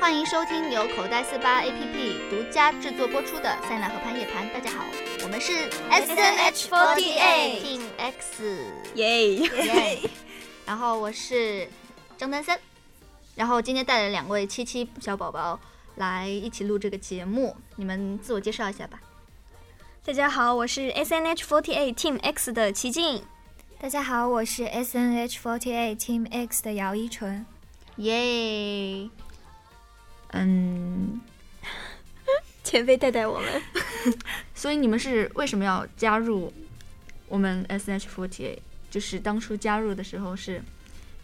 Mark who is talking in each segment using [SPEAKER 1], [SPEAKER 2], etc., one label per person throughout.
[SPEAKER 1] 欢迎收听由口袋四八 APP 独家制作播出的《塞纳河畔夜谈》。大家好，我们是
[SPEAKER 2] SNH48
[SPEAKER 1] Team X，
[SPEAKER 2] 耶！
[SPEAKER 1] 耶！然后我是张丹森，然后今天带了两位七七小宝宝来一起录这个节目，你们自我介绍一下吧。
[SPEAKER 2] 大家好，我是 SNH48 Team X 的齐静。
[SPEAKER 3] 大家好，我是 SNH48 Team X 的姚一纯。
[SPEAKER 1] 耶！
[SPEAKER 2] 嗯，前辈带带我们。
[SPEAKER 4] 所以你们是为什么要加入我们 SNH48？就是当初加入的时候是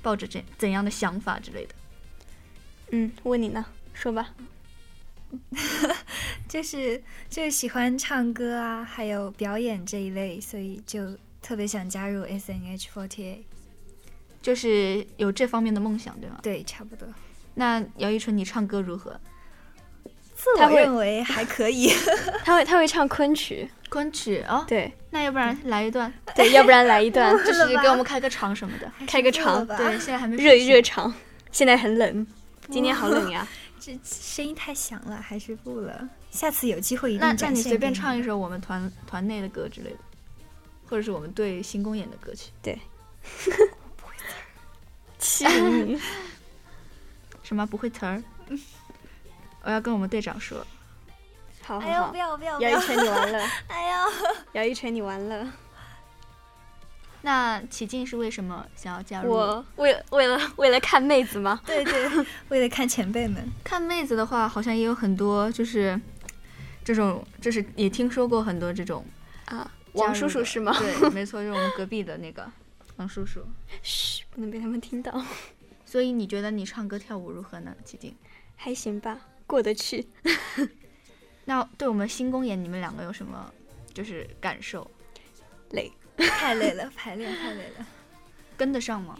[SPEAKER 4] 抱着怎怎样的想法之类的？
[SPEAKER 2] 嗯，问你呢，说吧。
[SPEAKER 3] 就是就是喜欢唱歌啊，还有表演这一类，所以就特别想加入 SNH48。
[SPEAKER 4] 就是有这方面的梦想，对吗？
[SPEAKER 3] 对，差不多。
[SPEAKER 4] 那姚一纯，你唱歌如何？
[SPEAKER 3] 自
[SPEAKER 2] 他
[SPEAKER 3] 我
[SPEAKER 2] 会
[SPEAKER 3] 认为还可 以。
[SPEAKER 2] 他会他会唱昆曲，
[SPEAKER 4] 昆曲哦，
[SPEAKER 2] 对
[SPEAKER 4] 那要不然来一 段，
[SPEAKER 2] 对， 要不然来一段
[SPEAKER 4] 呃就是给我们开个场什么 的。
[SPEAKER 2] 开个
[SPEAKER 3] 热了
[SPEAKER 2] 场，
[SPEAKER 3] 吧
[SPEAKER 4] 对，现在还没
[SPEAKER 2] 热一热场。现在很冷，今天好冷 呀。
[SPEAKER 3] 这声音太响了，还是不了。下次有机会一定
[SPEAKER 4] 那
[SPEAKER 3] 展现
[SPEAKER 4] 那你随便
[SPEAKER 3] 给
[SPEAKER 4] 唱一
[SPEAKER 3] 们。
[SPEAKER 4] 首我们团团内的歌之类的，或者是我们对新公演的歌曲，
[SPEAKER 2] 欺凌你，
[SPEAKER 4] 什么不会词 儿，我要跟我们队长说。
[SPEAKER 2] 好好
[SPEAKER 3] 哎呦，
[SPEAKER 2] 好
[SPEAKER 3] 不。要不要不
[SPEAKER 2] 姚
[SPEAKER 3] 要
[SPEAKER 2] 一！晨，你完 了！
[SPEAKER 3] 哎呦，
[SPEAKER 2] 姚一晨，你完了！
[SPEAKER 4] 那启静是为什么想要加入？
[SPEAKER 2] 我为为了为了看妹子吗？
[SPEAKER 3] 对对，为了看前辈们，
[SPEAKER 4] 看妹子的话，好像也有很多就是这种，就是也听说过很多这种
[SPEAKER 2] 啊，
[SPEAKER 4] 加入的。
[SPEAKER 2] 王叔叔是吗？
[SPEAKER 4] 对， 没错，就是我们隔壁的那个王叔叔。
[SPEAKER 2] 嘘，不能被他们听到。
[SPEAKER 4] 所以你觉得你唱歌跳舞如何呢，启静？
[SPEAKER 2] 还行吧，过得去。
[SPEAKER 4] 那对我们新公演，你们两个有什么就是感受？
[SPEAKER 2] 累，
[SPEAKER 3] 太累了，排练太累了。
[SPEAKER 4] 跟得上吗？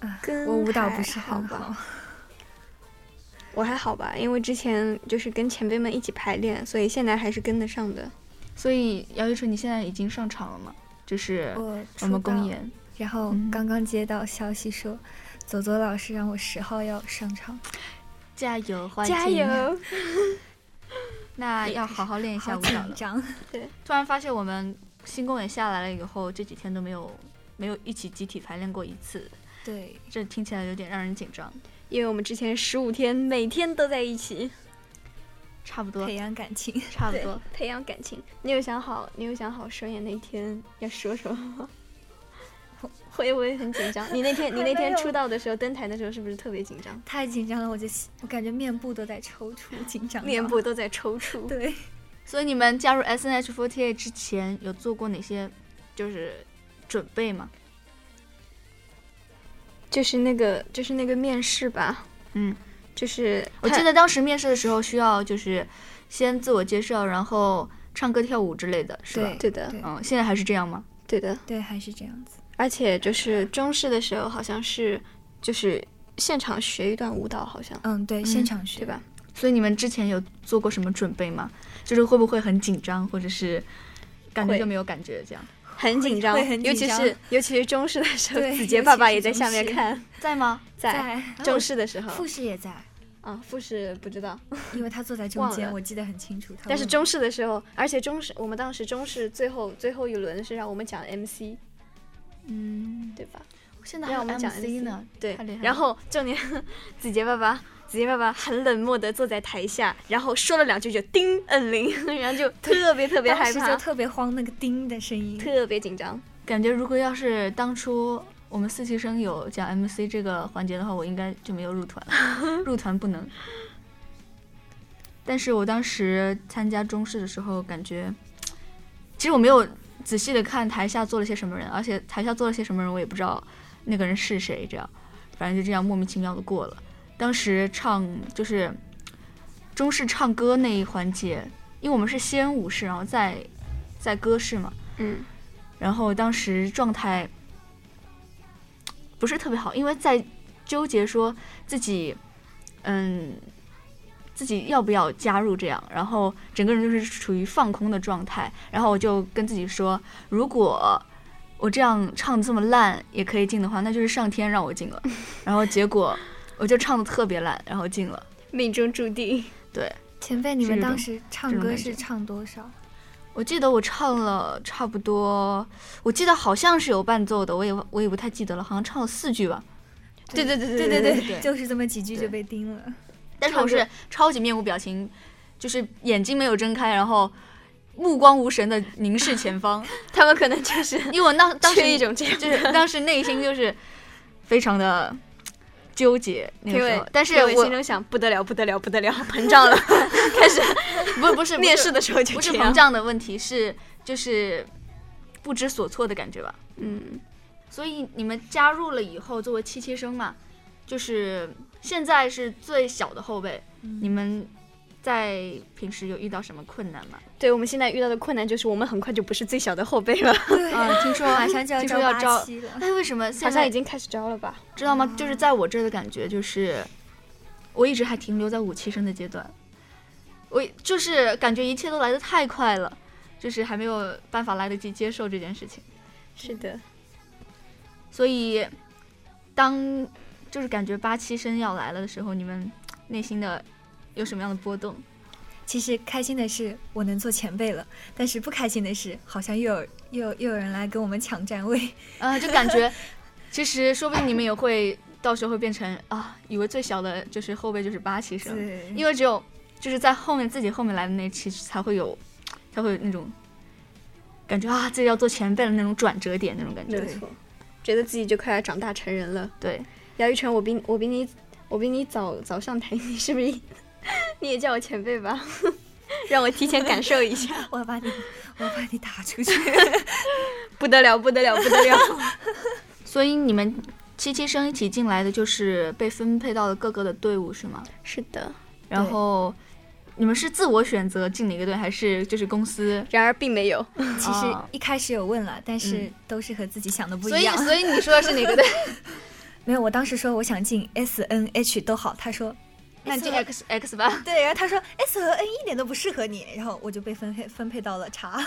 [SPEAKER 3] 啊
[SPEAKER 2] 跟
[SPEAKER 3] 我舞蹈
[SPEAKER 2] 还
[SPEAKER 3] 不是
[SPEAKER 2] 好
[SPEAKER 3] 很
[SPEAKER 2] 吧？我还好吧，因为之前就是跟前辈们一起排练，所以现在还是跟得上的。
[SPEAKER 4] 所以姚一纯，你现在已经上场了吗？就是
[SPEAKER 3] 我
[SPEAKER 4] 我们
[SPEAKER 3] 出道
[SPEAKER 4] 公演，
[SPEAKER 3] 然后
[SPEAKER 4] 嗯
[SPEAKER 3] 刚刚接到消息说，左左老师让我十号要上场，
[SPEAKER 4] 加油，欢
[SPEAKER 2] 加
[SPEAKER 4] 庆！
[SPEAKER 2] 油！
[SPEAKER 4] 那要好好练一下
[SPEAKER 3] 好
[SPEAKER 4] 舞蹈
[SPEAKER 3] 紧
[SPEAKER 4] 了。
[SPEAKER 3] 张。
[SPEAKER 4] 突然发现我们新公演下来了以后，这几天都没有没有一起集体排练过一次，
[SPEAKER 3] 对，
[SPEAKER 4] 这听起来有点让人紧张。
[SPEAKER 2] 因为我们之前十五天每天都在一起，
[SPEAKER 4] 差不多
[SPEAKER 3] 培，养感情。
[SPEAKER 4] 差不
[SPEAKER 2] 对
[SPEAKER 4] 多。
[SPEAKER 2] 培养感情。你有想好，你有想好首演那天要说什么吗？ 会不会很紧张？你那天你那天出道的时候，登台的时候是不是特别紧张？
[SPEAKER 3] 太紧张了，我就我感觉面部都在抽搐，紧张到。
[SPEAKER 2] 面部都在抽搐。
[SPEAKER 3] 对，
[SPEAKER 4] 所以你们加入 SNH48 之前有做过哪些就是准备吗？
[SPEAKER 2] 就是那个就是那个面试吧，
[SPEAKER 4] 嗯，
[SPEAKER 2] 就是
[SPEAKER 4] 我记
[SPEAKER 2] 他
[SPEAKER 4] 得当时面试的时候需要就是先自我介绍，然后唱歌跳舞之类的，是吧？
[SPEAKER 2] 对
[SPEAKER 3] 对
[SPEAKER 2] 的
[SPEAKER 3] 对
[SPEAKER 4] 嗯，现在还是这样吗？
[SPEAKER 2] 对的，
[SPEAKER 3] 对，还是这样子。
[SPEAKER 2] 而且就是中式的时候，好像是就是现场学一段舞蹈，好像
[SPEAKER 3] 嗯，对，现场学
[SPEAKER 2] 对？吧？
[SPEAKER 4] 所以你们之前有做过什么准备吗？就是会不会很紧张，或者是感觉
[SPEAKER 2] 会
[SPEAKER 4] 就没有感觉这样？
[SPEAKER 2] 很紧张，
[SPEAKER 3] 会很
[SPEAKER 2] 尤
[SPEAKER 3] 紧
[SPEAKER 2] 其
[SPEAKER 3] 张
[SPEAKER 2] 是尤其是中式的时候，
[SPEAKER 3] 对
[SPEAKER 2] 子
[SPEAKER 3] 尤
[SPEAKER 2] 杰
[SPEAKER 3] 其
[SPEAKER 2] 爸爸
[SPEAKER 3] 是
[SPEAKER 2] 也在
[SPEAKER 3] 中
[SPEAKER 2] 下面
[SPEAKER 3] 式
[SPEAKER 2] 看，
[SPEAKER 4] 在吗？
[SPEAKER 2] 在中式的时候
[SPEAKER 3] 复嗯试也在，
[SPEAKER 2] 啊，复试不知道，
[SPEAKER 3] 因为他坐在中
[SPEAKER 2] 忘
[SPEAKER 3] 间，
[SPEAKER 2] 了
[SPEAKER 3] 我记得很清楚。他
[SPEAKER 2] 但是
[SPEAKER 3] 问
[SPEAKER 2] 中式的时候，而且中式我们当时中式最后最后一轮是让我们讲 MC，
[SPEAKER 4] 嗯，
[SPEAKER 2] 对吧？
[SPEAKER 4] 现在还
[SPEAKER 2] 让
[SPEAKER 4] 有
[SPEAKER 2] 我们讲
[SPEAKER 4] MC 呢，
[SPEAKER 2] 对
[SPEAKER 4] 太厉害，了
[SPEAKER 2] 然后重点， 子杰爸爸，子杰爸爸很冷漠的坐在台下，然后说了两句就叮摁铃， 然后就特别特别害
[SPEAKER 3] 当时就
[SPEAKER 2] 怕，
[SPEAKER 3] 特别慌，那个叮的声音。
[SPEAKER 2] 特别紧张。
[SPEAKER 4] 感觉如果要是当初我们四期生有讲 MC 这个环节的话，我应该就没有入团了，入团不能。但是我当时参加中式的时候，感觉其实我没有仔细的看台下坐了些什么人，而且台下坐了些什么人我也不知道那个人是谁，这样反正就这样莫名其妙的过了。当时唱就是中式唱歌那一环节，因为我们是先舞式，然后再再歌式嘛，
[SPEAKER 2] 嗯，
[SPEAKER 4] 然后当时状态不是特别好，因为在纠结说自己，嗯，自己要不要加入这样，然后整个人就是处于放空的状态。然后我就跟自己说，如果 我这样唱的这么烂也可以进的话，那就是上天让我进了。然后结果我就唱的特别烂，然后进了。
[SPEAKER 2] 命中注 定。
[SPEAKER 4] 对，
[SPEAKER 3] 前辈，你
[SPEAKER 4] 是
[SPEAKER 3] 们
[SPEAKER 4] 这种
[SPEAKER 3] 当时唱
[SPEAKER 4] 这种
[SPEAKER 3] 歌
[SPEAKER 4] 感觉
[SPEAKER 3] 是唱多少？
[SPEAKER 4] 我记得我唱了差不多，我记得好像是有伴奏的，我也我也不太记得了，好像唱了四句吧。对对对对
[SPEAKER 3] 对
[SPEAKER 4] 对
[SPEAKER 3] 对，就是这么几句
[SPEAKER 4] 对
[SPEAKER 3] 就被盯了。
[SPEAKER 4] 但是我是超级面无表情，就是眼睛没有睁开，然后目光无神的凝视前方，
[SPEAKER 2] 他们可能就是
[SPEAKER 4] 因为我当当时
[SPEAKER 2] 缺一种这样
[SPEAKER 4] 就是当时内心就是非常的纠结那
[SPEAKER 2] 评
[SPEAKER 4] 个时
[SPEAKER 2] 委
[SPEAKER 4] 候，，但是
[SPEAKER 2] 评委
[SPEAKER 4] 我
[SPEAKER 2] 心中想不得了，不得了，不得了，膨胀 了，开始
[SPEAKER 4] 不 不是不
[SPEAKER 2] 面
[SPEAKER 4] 是
[SPEAKER 2] 试的时候就
[SPEAKER 4] 不是
[SPEAKER 2] 这
[SPEAKER 4] 膨
[SPEAKER 2] 样。
[SPEAKER 4] 胀的问题，是就是不知所措的感觉吧。
[SPEAKER 2] 嗯，
[SPEAKER 4] 所以你们加入了以后，作为七七生嘛，就是现在是最小的后辈，
[SPEAKER 3] 嗯
[SPEAKER 4] 你们在平时有遇到什么困难吗？
[SPEAKER 2] 对，我们现在遇到的困难就是我们很快就不是最小的后辈了，
[SPEAKER 3] 对，
[SPEAKER 4] 啊，听说
[SPEAKER 3] 呃马上就
[SPEAKER 4] 听说
[SPEAKER 3] 要
[SPEAKER 4] 要
[SPEAKER 3] 招
[SPEAKER 4] 招
[SPEAKER 3] 八七了。
[SPEAKER 4] 哎，为什么
[SPEAKER 2] 好
[SPEAKER 4] 现
[SPEAKER 2] 像
[SPEAKER 4] 在
[SPEAKER 2] 已经开始招了吧？
[SPEAKER 4] 知道吗？就是在我这儿的感觉就是，我一直还停留在五七生的阶段，我就是感觉一切都来得太快了，就是还没有办法来得及接受这件事情。
[SPEAKER 2] 是的，
[SPEAKER 4] 所以，当就是感觉八七生要来了的时候，你们内心的有什么样的波动？
[SPEAKER 3] 其实开心的是我能做前辈了，但是不开心的是，好像又有又有又有人来跟我们抢站位。
[SPEAKER 4] 啊，就感觉其实说不定你们也会到时候会变成啊，以为最小的就是后辈就是八七生，
[SPEAKER 3] 对，
[SPEAKER 4] 因为只有就是在后面自己后面来的那期才会有，才会有那种感觉啊，自己要做前辈的那种转折点那种感
[SPEAKER 2] 没
[SPEAKER 4] 觉。
[SPEAKER 2] 有错，觉得自己就快要长大成人了。
[SPEAKER 4] 对，
[SPEAKER 2] 姚一晨，我比我比你我比你早早上台，你是不 是也你也叫我前辈吧？ 让我提前感受一下，
[SPEAKER 3] 我要把你，我要把你打出去。
[SPEAKER 2] 不得了，不得了，不得了！
[SPEAKER 4] 所以你们七七生一起进来的就是被分配到了各个的队伍是吗？
[SPEAKER 2] 是的，
[SPEAKER 4] 然后你们是自我选择进哪个队，还是就是公司？
[SPEAKER 2] 然而并没有，
[SPEAKER 3] 其实
[SPEAKER 4] 啊
[SPEAKER 3] 一开始有问了，但是
[SPEAKER 4] 嗯
[SPEAKER 3] 都是和自己想的不
[SPEAKER 4] 所
[SPEAKER 3] 一
[SPEAKER 4] 以
[SPEAKER 3] 样。
[SPEAKER 4] 所以你说的是哪个队？
[SPEAKER 3] 没有，我当时说我想进 S N H 都好，他说
[SPEAKER 4] 那你进 X X 吧。
[SPEAKER 3] 对，然后他说 S 和 N 一点都不适合你，然后我就被分配分配到了 茶。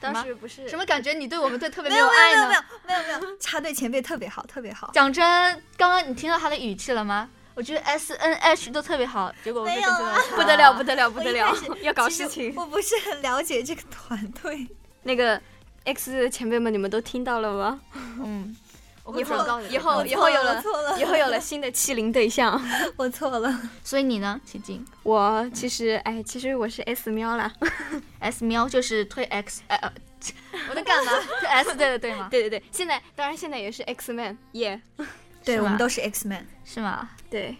[SPEAKER 4] 当时
[SPEAKER 2] 不是
[SPEAKER 4] 什么感觉？你对我们队特别
[SPEAKER 3] 没
[SPEAKER 4] 有爱
[SPEAKER 3] 没有
[SPEAKER 4] 呢
[SPEAKER 3] 没？有没有没有没有，茶对前辈特别好，特别 好。
[SPEAKER 4] 讲真，刚刚你听到他的语气了吗？我觉得 S N H 都特别好，结果我们
[SPEAKER 3] 没
[SPEAKER 4] 被
[SPEAKER 3] 有
[SPEAKER 4] 分配
[SPEAKER 3] 啊
[SPEAKER 4] 到了
[SPEAKER 2] 不得了， 不得了，不
[SPEAKER 3] 我
[SPEAKER 2] 得
[SPEAKER 3] 一
[SPEAKER 2] 了
[SPEAKER 3] 开始，
[SPEAKER 2] 要搞
[SPEAKER 3] 其
[SPEAKER 2] 事
[SPEAKER 3] 实
[SPEAKER 2] 情。
[SPEAKER 3] 我不是很了解这个团队。
[SPEAKER 2] 那个 X 的前辈们，你们都听到了吗？
[SPEAKER 4] 嗯，我
[SPEAKER 2] 以
[SPEAKER 4] 会
[SPEAKER 2] 后
[SPEAKER 4] 转告你的
[SPEAKER 2] 以后
[SPEAKER 3] 嗯
[SPEAKER 4] 我
[SPEAKER 2] 以后有
[SPEAKER 3] 我错了
[SPEAKER 2] 以后有了新的欺凌对象。
[SPEAKER 3] 我错了，
[SPEAKER 4] 所以你呢，启静
[SPEAKER 2] 我其实哎，其实我是 S 喵啦。
[SPEAKER 4] S 喵就是推 X 呃， 呃我 在干嘛？推 S 队的对吗？
[SPEAKER 2] 对对对，现在当然现在也是 X Man 耶。
[SPEAKER 3] 对
[SPEAKER 4] 是
[SPEAKER 3] 我们
[SPEAKER 4] 吧
[SPEAKER 3] 都是 X Man。
[SPEAKER 4] 是吗？
[SPEAKER 2] 对，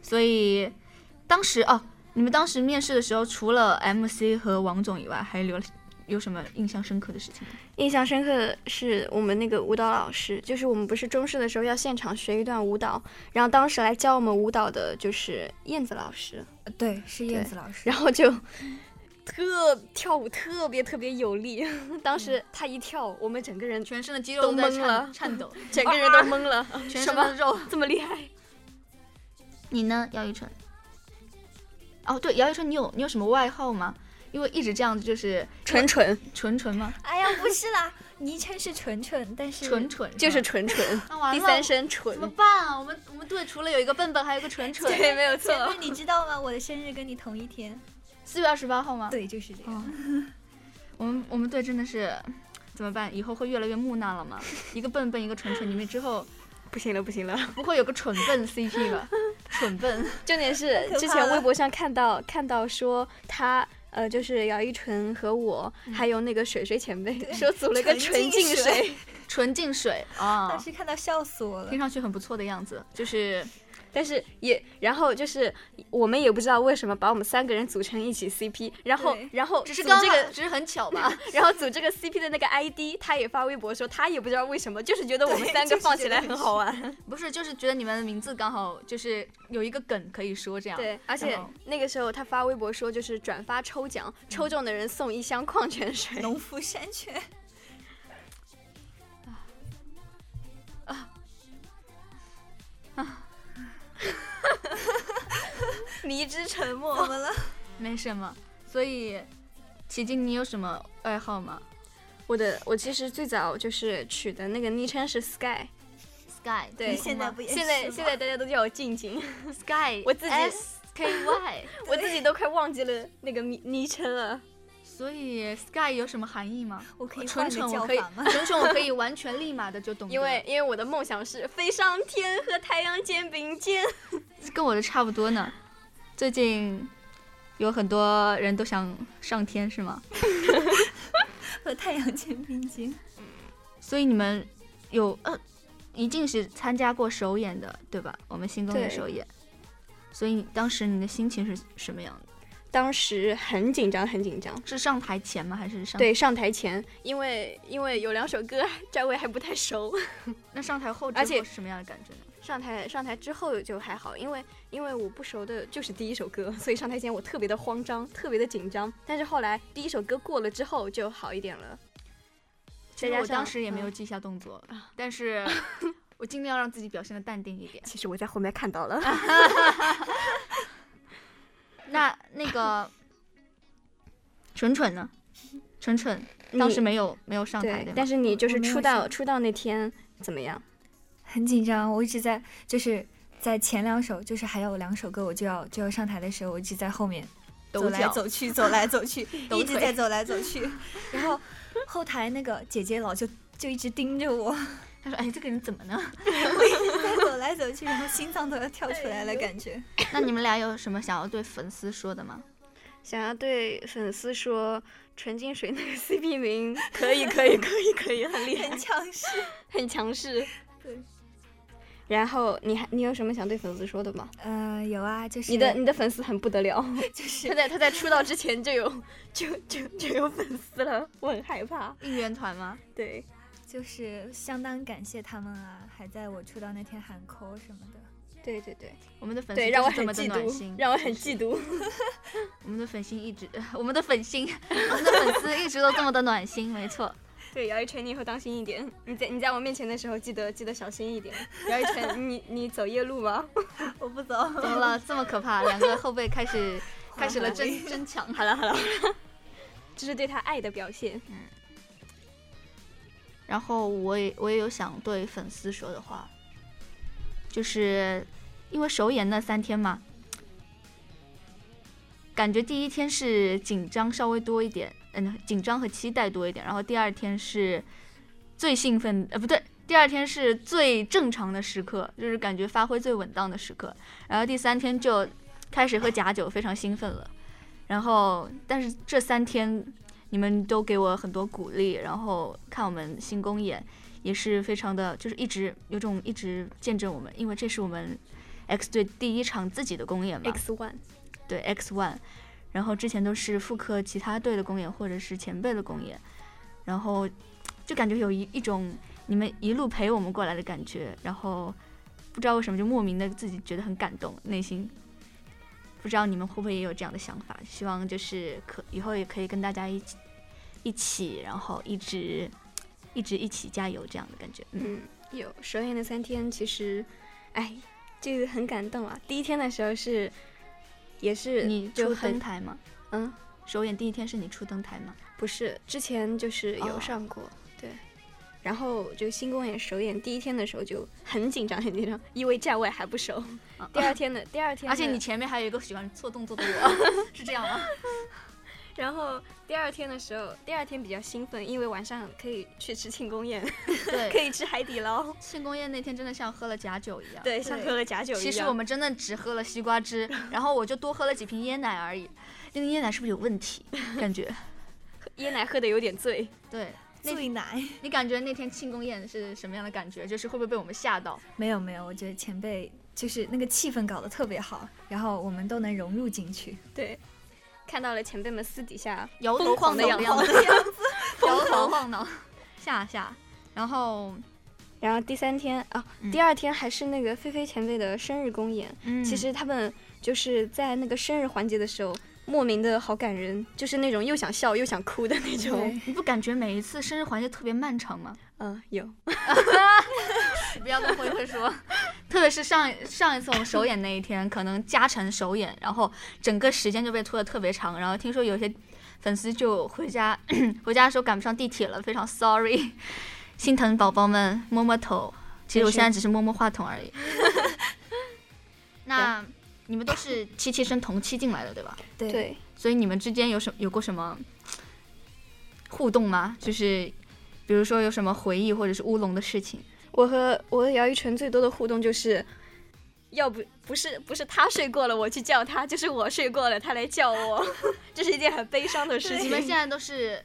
[SPEAKER 4] 所以当时哦，你们当时面试的时候，除了 MC 和王总以外，还留有什么印象深刻的事情吗？
[SPEAKER 2] 印象深刻的是我们那个舞蹈老师，就是我们不是中式的时候要现场学一段舞蹈，然后当时来教我们舞蹈的就是燕子老师，
[SPEAKER 3] 呃对，是燕
[SPEAKER 2] 对
[SPEAKER 3] 子老师。
[SPEAKER 2] 然后就特跳舞特别特别有力，当时他一跳，我们整个人
[SPEAKER 4] 全身的肌肉
[SPEAKER 2] 都
[SPEAKER 4] 在
[SPEAKER 2] 懵了
[SPEAKER 4] 颤颤抖，
[SPEAKER 2] 整个人都懵了，
[SPEAKER 4] 全
[SPEAKER 2] 什
[SPEAKER 4] 身
[SPEAKER 2] 么
[SPEAKER 4] 的肉。
[SPEAKER 2] 这么厉害？
[SPEAKER 4] 你呢，姚一晨？哦，对，姚一晨，你有你有什么外号吗？因为一直这样子就是
[SPEAKER 2] 纯纯
[SPEAKER 4] 纯纯吗？
[SPEAKER 3] 哎呀，不是啦，昵称是纯纯，但是
[SPEAKER 4] 纯纯
[SPEAKER 2] 就是
[SPEAKER 4] 吗
[SPEAKER 2] 纯纯，
[SPEAKER 4] 啊完了
[SPEAKER 2] 第三声
[SPEAKER 4] 怎么
[SPEAKER 2] 纯，
[SPEAKER 4] 办啊？我们我们队除了有一个笨笨，还有一个纯 纯。
[SPEAKER 2] 对，没有错。
[SPEAKER 3] 前辈，你知道吗？我的生日跟你同一天。
[SPEAKER 4] 四月二十八号吗？
[SPEAKER 3] 对，就是这个。
[SPEAKER 4] 哦，我们我们队真的是怎么办？以后会越来越木讷了吗？一个笨笨，一个纯纯，你们之后
[SPEAKER 2] 不行了，不行了。
[SPEAKER 4] 不会有个蠢笨 CP 吧？蠢笨，
[SPEAKER 2] 重点是
[SPEAKER 3] 可
[SPEAKER 2] 之
[SPEAKER 3] 怕
[SPEAKER 2] 前微
[SPEAKER 3] 了
[SPEAKER 2] 博上看到看到说他呃，就是姚一纯和我，还有那个水水前辈说组了个
[SPEAKER 3] 嗯纯
[SPEAKER 2] 纯
[SPEAKER 3] 净
[SPEAKER 2] 净
[SPEAKER 3] 水
[SPEAKER 2] 水，
[SPEAKER 4] 纯净水啊
[SPEAKER 3] 当，时看到笑死我了
[SPEAKER 4] 听。上去很不错的样子，就是
[SPEAKER 2] 但是也然后就是我们也不知道为什么把我们三个人组成一起 CP，然后
[SPEAKER 3] 对
[SPEAKER 2] 然后
[SPEAKER 4] 只是
[SPEAKER 2] 组
[SPEAKER 4] 刚好
[SPEAKER 2] 这个
[SPEAKER 4] 只是很巧吧？
[SPEAKER 2] 然后组这个 CP 的那个 ID，他也发微博说他也不知道为什么，就是觉得我们
[SPEAKER 3] 对
[SPEAKER 2] 三
[SPEAKER 3] 就
[SPEAKER 2] 个
[SPEAKER 3] 是
[SPEAKER 2] 放
[SPEAKER 3] 觉
[SPEAKER 2] 起
[SPEAKER 3] 得
[SPEAKER 2] 来
[SPEAKER 3] 很
[SPEAKER 2] 很好玩。
[SPEAKER 4] 不是，就是觉得你们的名字刚好就是有一个梗可以说这样。
[SPEAKER 2] 对，而且
[SPEAKER 4] 然后
[SPEAKER 2] 那个时候他发微博说，就是转发抽奖，抽
[SPEAKER 3] 嗯
[SPEAKER 2] 中的人送一箱矿泉水。
[SPEAKER 3] 农夫山 泉，
[SPEAKER 2] 迷之沉默
[SPEAKER 3] 怎么了？
[SPEAKER 4] 没什么，所以奇静，你有什么爱好吗
[SPEAKER 2] 我的我其实最早就是取的那个昵称是 Sky，
[SPEAKER 1] Sky，
[SPEAKER 3] 对
[SPEAKER 1] 你
[SPEAKER 3] 现
[SPEAKER 1] 在
[SPEAKER 3] 不也
[SPEAKER 2] 现在
[SPEAKER 3] 是
[SPEAKER 2] 现
[SPEAKER 3] 吗
[SPEAKER 2] 在大家都叫我静静，
[SPEAKER 1] Sky，
[SPEAKER 2] 我自己
[SPEAKER 1] S K Y，
[SPEAKER 2] 我自己都快忘记了那个昵昵称了。
[SPEAKER 4] 所以 sky 有什么含义吗？
[SPEAKER 3] 我可以
[SPEAKER 4] 纯
[SPEAKER 3] 换
[SPEAKER 4] 纯
[SPEAKER 3] 个
[SPEAKER 4] 我
[SPEAKER 3] 叫
[SPEAKER 4] 可以
[SPEAKER 3] 法吗？
[SPEAKER 4] 纯纯我可以完全立马的就懂得，
[SPEAKER 2] 因为因为我的梦想是飞上天和太阳肩并肩。
[SPEAKER 4] 跟我的差不多呢。最近有很多人都想上天是吗？
[SPEAKER 3] 和太阳肩并肩。
[SPEAKER 4] 所以你们有呃，一定是参加过首演的对吧？我们心动的
[SPEAKER 2] 对
[SPEAKER 4] 首演。所以你当时你的心情是什么样的？
[SPEAKER 2] 当时很紧张，很紧张。
[SPEAKER 4] 是上台前吗？还是上？，
[SPEAKER 2] 对，上台前，因为因为有两首歌，站位还不太熟。
[SPEAKER 4] 那上台后之
[SPEAKER 2] 而且
[SPEAKER 4] 后是什么样的感觉呢？
[SPEAKER 2] 上台上台之后就还好，因为因为我不熟的就是第一首歌，所以上台前我特别的慌张，特别的紧张。但是后来第一首歌过了之后就好一点了。
[SPEAKER 4] 其实
[SPEAKER 2] 再加
[SPEAKER 4] 我当
[SPEAKER 2] 上
[SPEAKER 4] 时也没有
[SPEAKER 2] 嗯
[SPEAKER 4] 记下动作，但是我尽量让自己表现的淡定一点。
[SPEAKER 2] 其实我在后面看到了，
[SPEAKER 4] 那那个蠢蠢呢？蠢蠢当时
[SPEAKER 2] 你
[SPEAKER 4] 没有没有上台
[SPEAKER 2] 嗯对
[SPEAKER 4] 对，
[SPEAKER 2] 但
[SPEAKER 4] 吗？
[SPEAKER 2] 是你就
[SPEAKER 3] 我
[SPEAKER 2] 是
[SPEAKER 3] 没有
[SPEAKER 2] 出道
[SPEAKER 3] 想
[SPEAKER 2] 出道那天怎么样？
[SPEAKER 3] 很紧张，我一直在就是在前两首，就是还有两首歌我就要就要上台的时候，我一直在后面
[SPEAKER 4] 抖
[SPEAKER 3] 走来
[SPEAKER 4] 脚
[SPEAKER 3] 走去，走来走 去，
[SPEAKER 4] 抖
[SPEAKER 3] 一直
[SPEAKER 4] 腿
[SPEAKER 3] 在走来走去。 然后后台那个姐姐老就就一直盯着 我，
[SPEAKER 4] 他说：“哎，这个人 怎么呢
[SPEAKER 3] 在走来走去，然后心脏都要跳出来了，感觉。？”
[SPEAKER 4] 那你们俩有什么想要对粉丝说的吗？
[SPEAKER 2] 想要对粉丝说，纯净水那个 CP 名可以可以可以可以，很厉害
[SPEAKER 3] 很， 强势，
[SPEAKER 2] 很强势。
[SPEAKER 3] 对，
[SPEAKER 2] 然后你还你有什么想对粉丝说的吗？
[SPEAKER 3] 呃，有啊，就是
[SPEAKER 2] 你的你的粉丝很不得了，
[SPEAKER 3] 就 是
[SPEAKER 2] 他在他在出道之前就有就就就有粉丝了，我很害怕。
[SPEAKER 4] 应援团吗？
[SPEAKER 2] 对，
[SPEAKER 3] 就是相当感谢他们啊，还在我出道那天喊 call 什么的。
[SPEAKER 2] 对对对
[SPEAKER 4] 我们的粉丝
[SPEAKER 2] 对，让我
[SPEAKER 4] 就是
[SPEAKER 2] 很
[SPEAKER 4] 这么的
[SPEAKER 2] 嫉
[SPEAKER 4] 暖心
[SPEAKER 2] 妒，，让我很嫉妒。
[SPEAKER 4] 我们的粉心一直， 我们的粉心，我们的粉丝一直都这么的暖心， 没错。
[SPEAKER 2] 对，姚一晨，你以后当心一点。你在你在我面前的时候，记得记得小心 一点。姚一晨，你你走夜路吗？
[SPEAKER 3] 我不走，
[SPEAKER 4] 怎么了？这么可怕？两个后辈开始开始了争争抢。
[SPEAKER 2] 好了好了，这是对他爱的表现。
[SPEAKER 4] 然后我也我也有想对粉丝说的话，就是因为首演那三天嘛，感觉第一天是紧张稍微多一点，嗯，紧张和期待多一点，然后第二天是最兴奋，呃，不对。第二天是最正常的时刻，就是感觉发挥最稳当的时刻。然后第三天就开始喝假酒，非常兴奋了。然后，但是这三天你们都给我很多鼓励，然后看我们新公演也是非常的，就是一直有种一直见证我们，因为这是我们 X 队第一场自己的公演嘛，
[SPEAKER 2] X One，
[SPEAKER 4] 对 X One，然后之前都是复刻其他队的公演或者是前辈的公演，然后就感觉有一一种你们一路陪我们过来的感觉，然后不知道为什么就莫名的自己觉得很感动，内心不知道你们会不会也有这样的想法，希望就是可以后也可以跟大家一起一起，然后一直一直一起加油这样的感觉，嗯。
[SPEAKER 2] 嗯，有首演的三天，其实，哎，这个很感动啊。第一天的时候是，也是
[SPEAKER 4] 你
[SPEAKER 2] 嗯就
[SPEAKER 4] 出登
[SPEAKER 2] 很
[SPEAKER 4] 台吗？
[SPEAKER 2] 嗯，
[SPEAKER 4] 首演第一天是你出登台吗？
[SPEAKER 2] 不是，之前就是有
[SPEAKER 4] 哦
[SPEAKER 2] 上过，对。然后就新公演首演第一天的时候就很紧张，很紧张，因为站位还不熟。第二天的第二天的，
[SPEAKER 4] 而且你前面还有一个喜欢做动作的 我，是这样吗？
[SPEAKER 2] 然后第二天的时候，第二天比较兴奋，因为晚上可以去吃庆功宴，可
[SPEAKER 4] 对，
[SPEAKER 2] 以吃海底捞，
[SPEAKER 4] 庆功宴那天真的像喝了假酒一 样。，
[SPEAKER 2] 对，像喝了假酒一样。
[SPEAKER 4] 其实我们真的只喝了西瓜汁，然后我就多喝了几瓶椰奶而已。那个椰奶是不是有问题？感觉
[SPEAKER 2] 椰奶喝的有点醉，
[SPEAKER 4] 对。那
[SPEAKER 3] 醉奶。
[SPEAKER 4] 你感觉那天庆功宴是什么样的感觉？就是会不会被我们吓到？
[SPEAKER 3] 没有没有，我觉得前辈就是那个气氛搞得特别好，然后我们都能融入进去。
[SPEAKER 2] 对，看到了前辈们私底下
[SPEAKER 4] 摇头
[SPEAKER 2] 疯
[SPEAKER 4] 晃
[SPEAKER 2] 狂的
[SPEAKER 4] 脑的样
[SPEAKER 2] 子
[SPEAKER 4] 子，。摇头晃脑，吓吓。然后，
[SPEAKER 2] 然后第三天啊，
[SPEAKER 4] 嗯
[SPEAKER 2] 第二天还是那个菲菲前辈的生日公演。
[SPEAKER 4] 嗯
[SPEAKER 2] 其实他们就是在那个生日环节的时候，莫名的好感人，就是那种又想笑又想哭的那种。
[SPEAKER 3] 对，
[SPEAKER 4] 你不感觉每一次生日环节特别漫长吗？
[SPEAKER 2] 嗯，有。
[SPEAKER 4] 不要跟慧慧说。 特别是上上一次我们首演那一天，可能加成首演，然后整个时间就被拖得特别长。然后听说有些粉丝就回家 回家的时候赶不上地铁了，非常 sorry，心疼宝宝们，摸摸头，其实我现在只是摸摸话筒而已。那你们都是七七生同期进来的，对吧？
[SPEAKER 3] 对，
[SPEAKER 2] 对，
[SPEAKER 4] 所以你们之间有什有过什么互动吗？就是比如说有什么回忆或者是乌龙的事情？
[SPEAKER 2] 我和我和姚一纯最多的互动就是，要不不是不是他睡过了，我去叫他，就是我睡过了，他来叫我， 这是一件很悲伤的事
[SPEAKER 4] 你
[SPEAKER 2] 情
[SPEAKER 4] 们。现在都是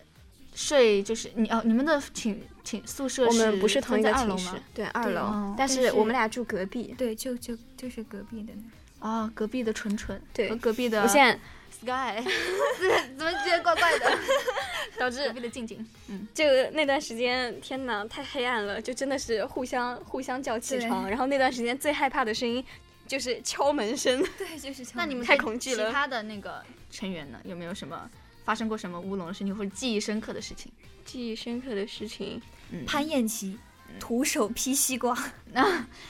[SPEAKER 4] 睡就是你哦，你们的寝寝宿舍
[SPEAKER 2] 我们不是同一个
[SPEAKER 4] 分在二
[SPEAKER 2] 寝
[SPEAKER 4] 楼
[SPEAKER 2] 室
[SPEAKER 4] 吗？，
[SPEAKER 2] 对，二
[SPEAKER 3] 对
[SPEAKER 2] 楼
[SPEAKER 4] 哦，
[SPEAKER 2] 但
[SPEAKER 3] 但
[SPEAKER 2] 是
[SPEAKER 3] 是
[SPEAKER 2] 我们俩住隔壁。
[SPEAKER 3] 对，就就就是隔壁的那
[SPEAKER 4] 啊、隔壁的纯纯
[SPEAKER 2] 对
[SPEAKER 4] 和隔壁的
[SPEAKER 2] 我现在
[SPEAKER 4] Sky，怎么觉得怪怪 的？
[SPEAKER 2] 导
[SPEAKER 4] 隔
[SPEAKER 2] 致
[SPEAKER 4] 壁的静静，嗯，
[SPEAKER 2] 就那段时间，天哪，太黑暗了，就真的是互相互相叫起
[SPEAKER 3] 对
[SPEAKER 2] 床。然后那段时间最害怕的声音就是敲门声，
[SPEAKER 3] 个， 对，就是
[SPEAKER 4] 那你们
[SPEAKER 2] 太
[SPEAKER 4] 对
[SPEAKER 2] 恐惧了
[SPEAKER 4] 哎其他的那个成员呢，有没有什么发生过什么乌龙的事情或者记忆深刻的事情？
[SPEAKER 2] 记忆深刻的事情。
[SPEAKER 4] 嗯，
[SPEAKER 3] 潘彦琪徒手劈西瓜，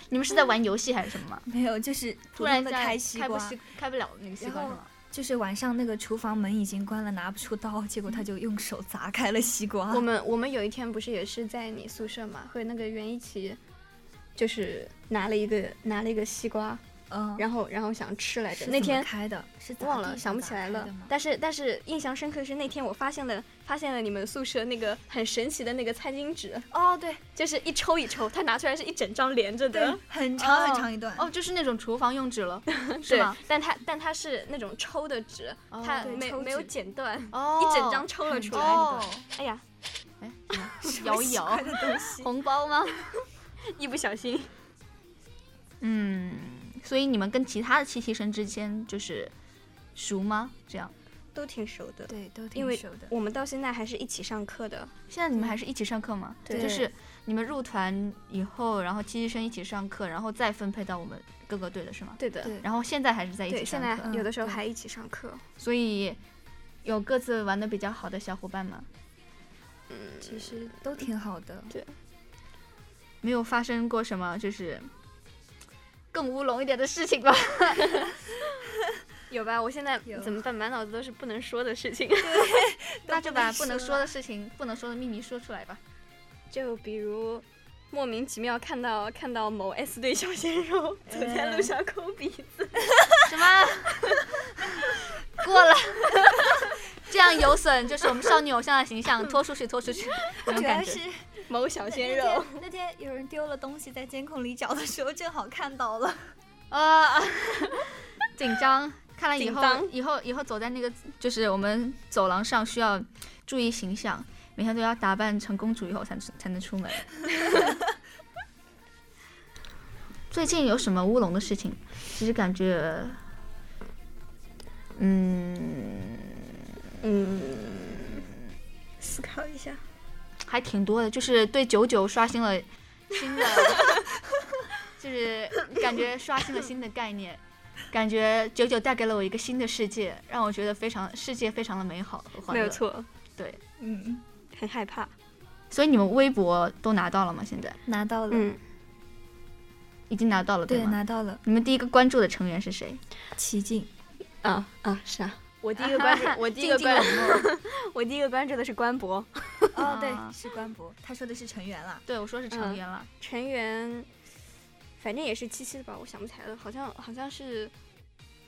[SPEAKER 4] 你们是在玩游戏还是什么吗？
[SPEAKER 3] 没有，就是
[SPEAKER 4] 突然
[SPEAKER 3] 的
[SPEAKER 4] 在
[SPEAKER 3] 开西
[SPEAKER 4] 不
[SPEAKER 3] 瓜，
[SPEAKER 4] 西开不了那个西瓜
[SPEAKER 3] 然
[SPEAKER 4] 是
[SPEAKER 3] 后
[SPEAKER 4] 吗？
[SPEAKER 3] 就是晚上那个厨房门已经关了，拿不出刀，结果他就用手砸开了西瓜。
[SPEAKER 2] 我们我们有一天不是也是在你宿舍嘛，和那个袁一起，就是拿了一个拿了一个西瓜，
[SPEAKER 3] 嗯，
[SPEAKER 2] 然后然后想吃来着。
[SPEAKER 3] 是
[SPEAKER 2] 那
[SPEAKER 3] 怎么
[SPEAKER 2] 天
[SPEAKER 3] 开的是砸
[SPEAKER 2] 忘
[SPEAKER 3] 啊地
[SPEAKER 2] 了，
[SPEAKER 3] 上
[SPEAKER 2] 想不
[SPEAKER 3] 砸
[SPEAKER 2] 起来
[SPEAKER 3] 开
[SPEAKER 2] 了
[SPEAKER 3] 的吗。
[SPEAKER 2] 但是但是印象深刻是那天我发现了发现了你们宿舍那个很神奇的那个餐巾纸，
[SPEAKER 3] 哦，对
[SPEAKER 2] 就是一抽一抽，它拿出来是一整张连着的。，
[SPEAKER 3] 很
[SPEAKER 4] 哦
[SPEAKER 3] 长很长一段。
[SPEAKER 4] 哦，，就是那种厨房用纸了，是
[SPEAKER 2] 对
[SPEAKER 4] 吗？，
[SPEAKER 2] 但它但它是那种抽的纸，
[SPEAKER 4] 哦
[SPEAKER 2] 它
[SPEAKER 4] 对
[SPEAKER 2] 没
[SPEAKER 3] 抽
[SPEAKER 2] 没有
[SPEAKER 3] 纸
[SPEAKER 2] 剪断，
[SPEAKER 4] 哦，
[SPEAKER 2] 一整张抽了出来。
[SPEAKER 4] 哦，
[SPEAKER 2] 哎呀，
[SPEAKER 4] 哎，什么摇一摇
[SPEAKER 3] 的 东西。
[SPEAKER 4] 红包吗？
[SPEAKER 2] 一不小心，
[SPEAKER 4] 嗯，所以你们跟其他的七七生之间就是熟吗？这样，
[SPEAKER 2] 都挺熟的。
[SPEAKER 3] 对，都挺
[SPEAKER 2] 因为
[SPEAKER 3] 熟的。
[SPEAKER 2] 我们到现在还是一起上课的，
[SPEAKER 4] 现在你们还是一起上课吗？
[SPEAKER 2] 对
[SPEAKER 4] 就是你们入团以后，然后七七生一起上课，然后再分配到我们各个队的是吗？
[SPEAKER 2] 对的
[SPEAKER 3] 对
[SPEAKER 4] 然后现在还是在一
[SPEAKER 2] 对，
[SPEAKER 4] 起上
[SPEAKER 2] 现
[SPEAKER 4] 课，
[SPEAKER 2] 在
[SPEAKER 3] 嗯
[SPEAKER 2] 有的时候
[SPEAKER 3] 对
[SPEAKER 2] 还一起上课。
[SPEAKER 4] 所以有各自玩的比较好的小伙伴吗？
[SPEAKER 3] 其实都挺好的。
[SPEAKER 4] 没有发生过什么就是更乌龙一点的事情吧？
[SPEAKER 2] 有吧？我现在
[SPEAKER 3] 有
[SPEAKER 2] 怎么办？满脑子都是不能说的事情，
[SPEAKER 4] 那就把
[SPEAKER 3] 都
[SPEAKER 4] 不
[SPEAKER 3] 不能
[SPEAKER 4] 能
[SPEAKER 3] 说
[SPEAKER 4] 说的事情、不能说的秘密说出来吧。
[SPEAKER 2] 就比如莫名其妙看到看到某 S 队小鲜肉走在路上抠鼻子，
[SPEAKER 4] 什么？过了，这样有损就是我们少女偶像的形象，拖出去，拖出去，那种
[SPEAKER 3] 嗯主
[SPEAKER 4] 感
[SPEAKER 3] 要
[SPEAKER 4] 觉。
[SPEAKER 3] 是
[SPEAKER 2] 某小鲜
[SPEAKER 3] 那
[SPEAKER 2] 肉
[SPEAKER 3] 天那天有人丢了东西，在监控里找的时候正好看到了。
[SPEAKER 4] 啊，紧张。看来以
[SPEAKER 2] 紧
[SPEAKER 4] 后
[SPEAKER 2] 张
[SPEAKER 4] 以后以后走在那个就是我们走廊上需要注意形象，每天都要打扮成公主以后才才能出门。 最近有什么乌龙的事情？其实感觉，嗯，
[SPEAKER 2] 嗯思考一下，
[SPEAKER 4] 还挺多的，就是对九九刷新了新的，就是感觉刷新了新的概念，感觉九九带给了我一个新的世界，让我觉得非常世界非常的美好和欢
[SPEAKER 2] 没
[SPEAKER 4] 乐。
[SPEAKER 2] 有，错，
[SPEAKER 4] 对。
[SPEAKER 3] 嗯，
[SPEAKER 2] 很害怕。
[SPEAKER 4] 所以你们微博都拿到了吗？现在
[SPEAKER 3] 拿到了，
[SPEAKER 2] 嗯，
[SPEAKER 4] 已经拿到了，
[SPEAKER 3] 对，
[SPEAKER 4] 吗？
[SPEAKER 3] 拿到了。
[SPEAKER 4] 你们第一个关注的成员是谁？
[SPEAKER 3] 奇境，
[SPEAKER 2] 啊啊，是啊。我第一个关注，我第一 个
[SPEAKER 4] 静静
[SPEAKER 2] 关，
[SPEAKER 4] 冷漠
[SPEAKER 2] 我第一个关注的是官博
[SPEAKER 3] 哦，
[SPEAKER 4] 啊
[SPEAKER 3] 对，是官博。他说的是成员啦。
[SPEAKER 4] 对，我说是成员了。
[SPEAKER 2] 成员，反正也是七七的吧，我想不起来了，好像好像是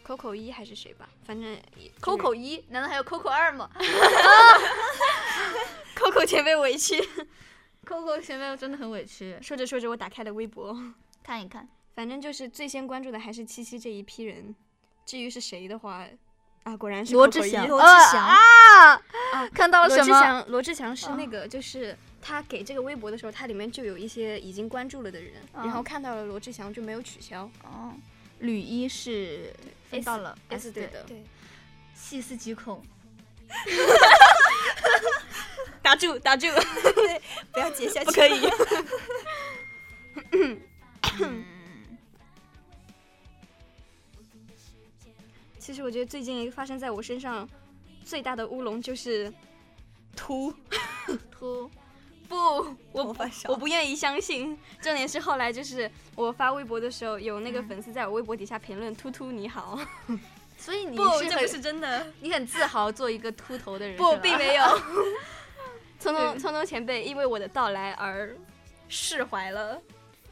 [SPEAKER 2] Coco 一还是谁吧，反正也就是
[SPEAKER 4] Coco 一，难道还有 Coco 二吗
[SPEAKER 2] Coco 前辈委屈。
[SPEAKER 4] ？Coco 前面真的很委屈，
[SPEAKER 2] 说着说着，我打开了微博，
[SPEAKER 4] 看一看。
[SPEAKER 2] 反正就是最先关注的还是七七这一批人，至于是谁的话，啊，果然是
[SPEAKER 4] 罗
[SPEAKER 2] Coco
[SPEAKER 4] 志
[SPEAKER 2] 一
[SPEAKER 4] 祥，
[SPEAKER 3] 罗志祥哦
[SPEAKER 4] 啊啊，看到了
[SPEAKER 2] 呃罗啊
[SPEAKER 4] 什
[SPEAKER 2] 志
[SPEAKER 4] 么？
[SPEAKER 2] 祥，罗志祥是那个，就是他给这个微博的时候，它里面就有一些已经关注了的人，
[SPEAKER 4] 啊
[SPEAKER 2] 然后看到了罗志祥就没有取消。
[SPEAKER 4] 哦，吕一是分到了
[SPEAKER 2] S 队
[SPEAKER 4] 队，
[SPEAKER 2] 的，
[SPEAKER 3] 对，
[SPEAKER 4] 细思极恐。
[SPEAKER 2] 打住打 住，
[SPEAKER 3] 不要截下去。
[SPEAKER 2] 不可以。其实我觉得最近一个发生在我身上最大的乌龙就是秃。
[SPEAKER 4] 秃，
[SPEAKER 2] 不，我
[SPEAKER 3] 头
[SPEAKER 2] 不
[SPEAKER 3] 发少
[SPEAKER 2] 我不愿意相信。重点是后来就是我发微博的时候，有那个粉丝在我微博底下评论“秃秃你好
[SPEAKER 4] 所以”，你
[SPEAKER 2] 不，
[SPEAKER 4] 是
[SPEAKER 2] 这
[SPEAKER 4] 很
[SPEAKER 2] 不是真的，
[SPEAKER 4] 你很自豪做一个秃头的人，
[SPEAKER 2] 不
[SPEAKER 4] 是，吧
[SPEAKER 2] 并没有。聪聪聪聪前辈因为我的到来而释怀了，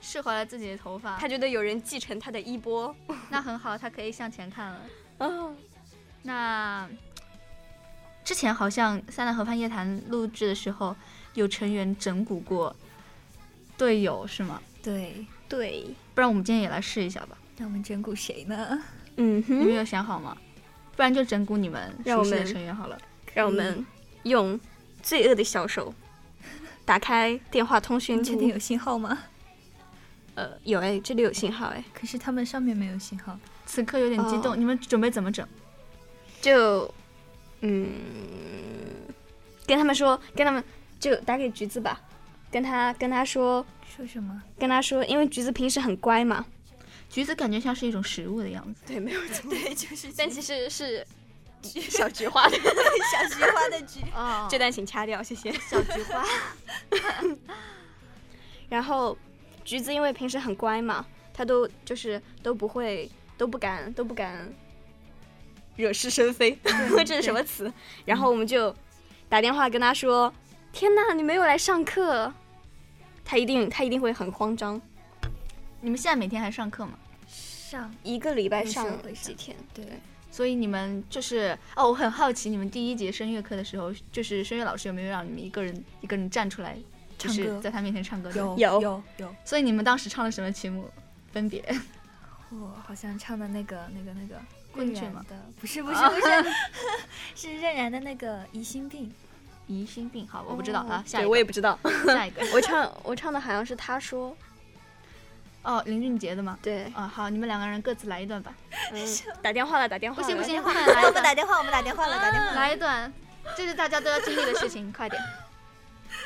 [SPEAKER 4] 释怀了自己的头发，
[SPEAKER 2] 他觉得有人继承他的衣钵。
[SPEAKER 4] 那很好，他可以向前看了。
[SPEAKER 2] 哦，
[SPEAKER 4] 那之前好像《三兰河畔夜谈》录制的时候，有成员整蛊过队友，是吗？
[SPEAKER 3] 对，
[SPEAKER 2] 对，
[SPEAKER 4] 不然我们今天也来试一下吧。
[SPEAKER 3] 那我们整蛊谁呢？
[SPEAKER 2] 嗯
[SPEAKER 4] 你们
[SPEAKER 2] 哼，
[SPEAKER 4] 有想好吗？不然就整蛊你们
[SPEAKER 2] 让
[SPEAKER 4] 熟
[SPEAKER 2] 我
[SPEAKER 4] 悉的
[SPEAKER 2] 们
[SPEAKER 4] 成员好了。
[SPEAKER 2] 让我们用罪恶的小手打开电话通讯
[SPEAKER 3] 你嗯确定
[SPEAKER 2] 录。
[SPEAKER 3] 有信号吗？
[SPEAKER 2] 呃，有哎，这里有信号哎，
[SPEAKER 3] 可是他们上面没有信号。
[SPEAKER 4] 此刻有点激动，
[SPEAKER 2] 哦
[SPEAKER 4] 你们准备怎么整？
[SPEAKER 2] 就嗯，跟他们说，跟他们就打给橘子吧，跟他跟他说，
[SPEAKER 3] 说什么？
[SPEAKER 2] 跟他说，因为橘子平时很乖嘛。
[SPEAKER 4] 橘子感觉像是一种食物的样子。
[SPEAKER 2] 对，没有错。 对，就是，但其实是小菊花的，
[SPEAKER 3] 小菊花的菊。
[SPEAKER 4] 哦
[SPEAKER 2] 这段请掐掉，谢谢。
[SPEAKER 4] 小菊花。
[SPEAKER 2] 然后橘子因为平时很乖嘛，它都就是都不会都不敢都不敢惹是生非， 这是什么词？然后我们就打电话跟他说：“天呐，你没有来上课。”他一定他一定会很慌张，
[SPEAKER 4] 你们现在每天还上课吗？
[SPEAKER 3] 上
[SPEAKER 2] 一个礼拜
[SPEAKER 3] 有时候
[SPEAKER 2] 上
[SPEAKER 3] 会上
[SPEAKER 2] 几天？
[SPEAKER 3] 对，
[SPEAKER 4] 所以你们就是哦，我很好奇，你们第一节声乐课的时候，就是声乐老师有没有让你们一个人一个人站出来，就
[SPEAKER 3] 唱
[SPEAKER 4] 是
[SPEAKER 3] 歌
[SPEAKER 4] 在他面前唱歌？。
[SPEAKER 3] 有
[SPEAKER 2] 有
[SPEAKER 3] 有有，
[SPEAKER 4] 所以你们当时唱了什么曲目？分别
[SPEAKER 3] 我哦好像唱的那个那个那个
[SPEAKER 4] 昆
[SPEAKER 3] 任
[SPEAKER 4] 曲
[SPEAKER 3] 然
[SPEAKER 4] 吗
[SPEAKER 3] 的，不是不是 不是，是任然的那个疑心病。
[SPEAKER 4] 疑心病。好，我不知道啊，下一
[SPEAKER 2] 对
[SPEAKER 4] 个，
[SPEAKER 2] 我也不知道。
[SPEAKER 4] 下一个。
[SPEAKER 2] 我唱我唱的好像是他说，
[SPEAKER 4] 哦，林俊杰的吗？
[SPEAKER 2] 对，
[SPEAKER 4] 啊，好，你们两个人各自来一段吧。
[SPEAKER 2] 嗯，打电话了，打电话
[SPEAKER 4] 不
[SPEAKER 2] 了。
[SPEAKER 4] 行不行，快点
[SPEAKER 3] 我
[SPEAKER 4] 来一
[SPEAKER 3] 们
[SPEAKER 4] 段，
[SPEAKER 3] 打电话，我们打电话了，打电话了。
[SPEAKER 4] 来一段，这是大家都要经历的事情， 快点。